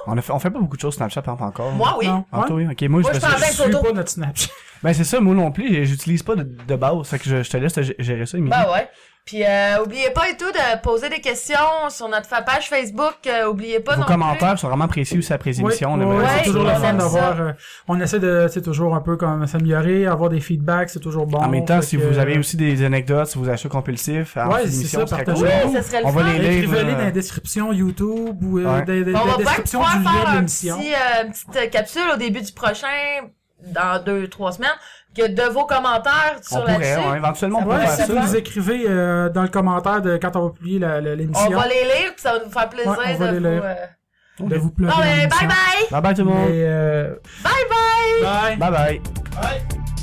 On, a fait, on fait pas beaucoup de choses Snapchat par exemple, encore.
Moi, oui. ben,
Non,
Ah,
ouais.
toi, oui. Ok, moi,
Moi,
je fais
je
ça.
parle avec-
Je suis
photo.
pas notre Snapchat.
Ben, c'est ça, moi non plus, j'ai- j'utilise pas de, de base. Fait que je, je te laisse te g- gérer ça, Émilie.
Ben ouais. Puis euh, oubliez pas et tout de poser des questions sur notre fa- page Facebook. euh, oubliez pas
Vos
non
commentaires sont vraiment précis aussi après les
Ouais,
émissions. là,
ouais,
mais-
ouais,
Ouais,
c'est toujours
on
le fun
aime
d'avoir.
ça.
euh, on essaie de, c'est toujours un peu comme s'améliorer, avoir des feedbacks, c'est toujours bon.
En même temps,
Fait
si
que,
vous avez
euh,
aussi des anecdotes, si vous achetez compulsifs, en
Ouais,
fin
c'est ça,
d'émission, ce serait
plus.
partagez.
cool.
Oui, ça serait le
On va
fun.
les lire.
Écrivez-les
euh,
dans la description YouTube ou euh,
Ouais.
dans, dans- dans
On va
la
peut-être
description
pouvoir
du lien
faire
de
un
l'émission.
petit, euh, une petite euh, capsule au début du prochain dans deux, trois semaines, que de vos commentaires
On
sur la
pourrait, ouais,
dessus
éventuellement, on
Ouais,
pourrait
Ouais,
faire
si
faire
vous
ça.
nous écrivez euh, dans le commentaire de quand on va publier la- la-
on
l'émission,
va les lire, puis ça va nous faire plaisir
Ouais, on va les
de vous...
lire.
euh,
de vous plugger
Bon,
dans
ben, bye
l'émission.
bye!
Bye bye tout le monde.
Mais, euh, bye.
Bye bye!
Bye bye.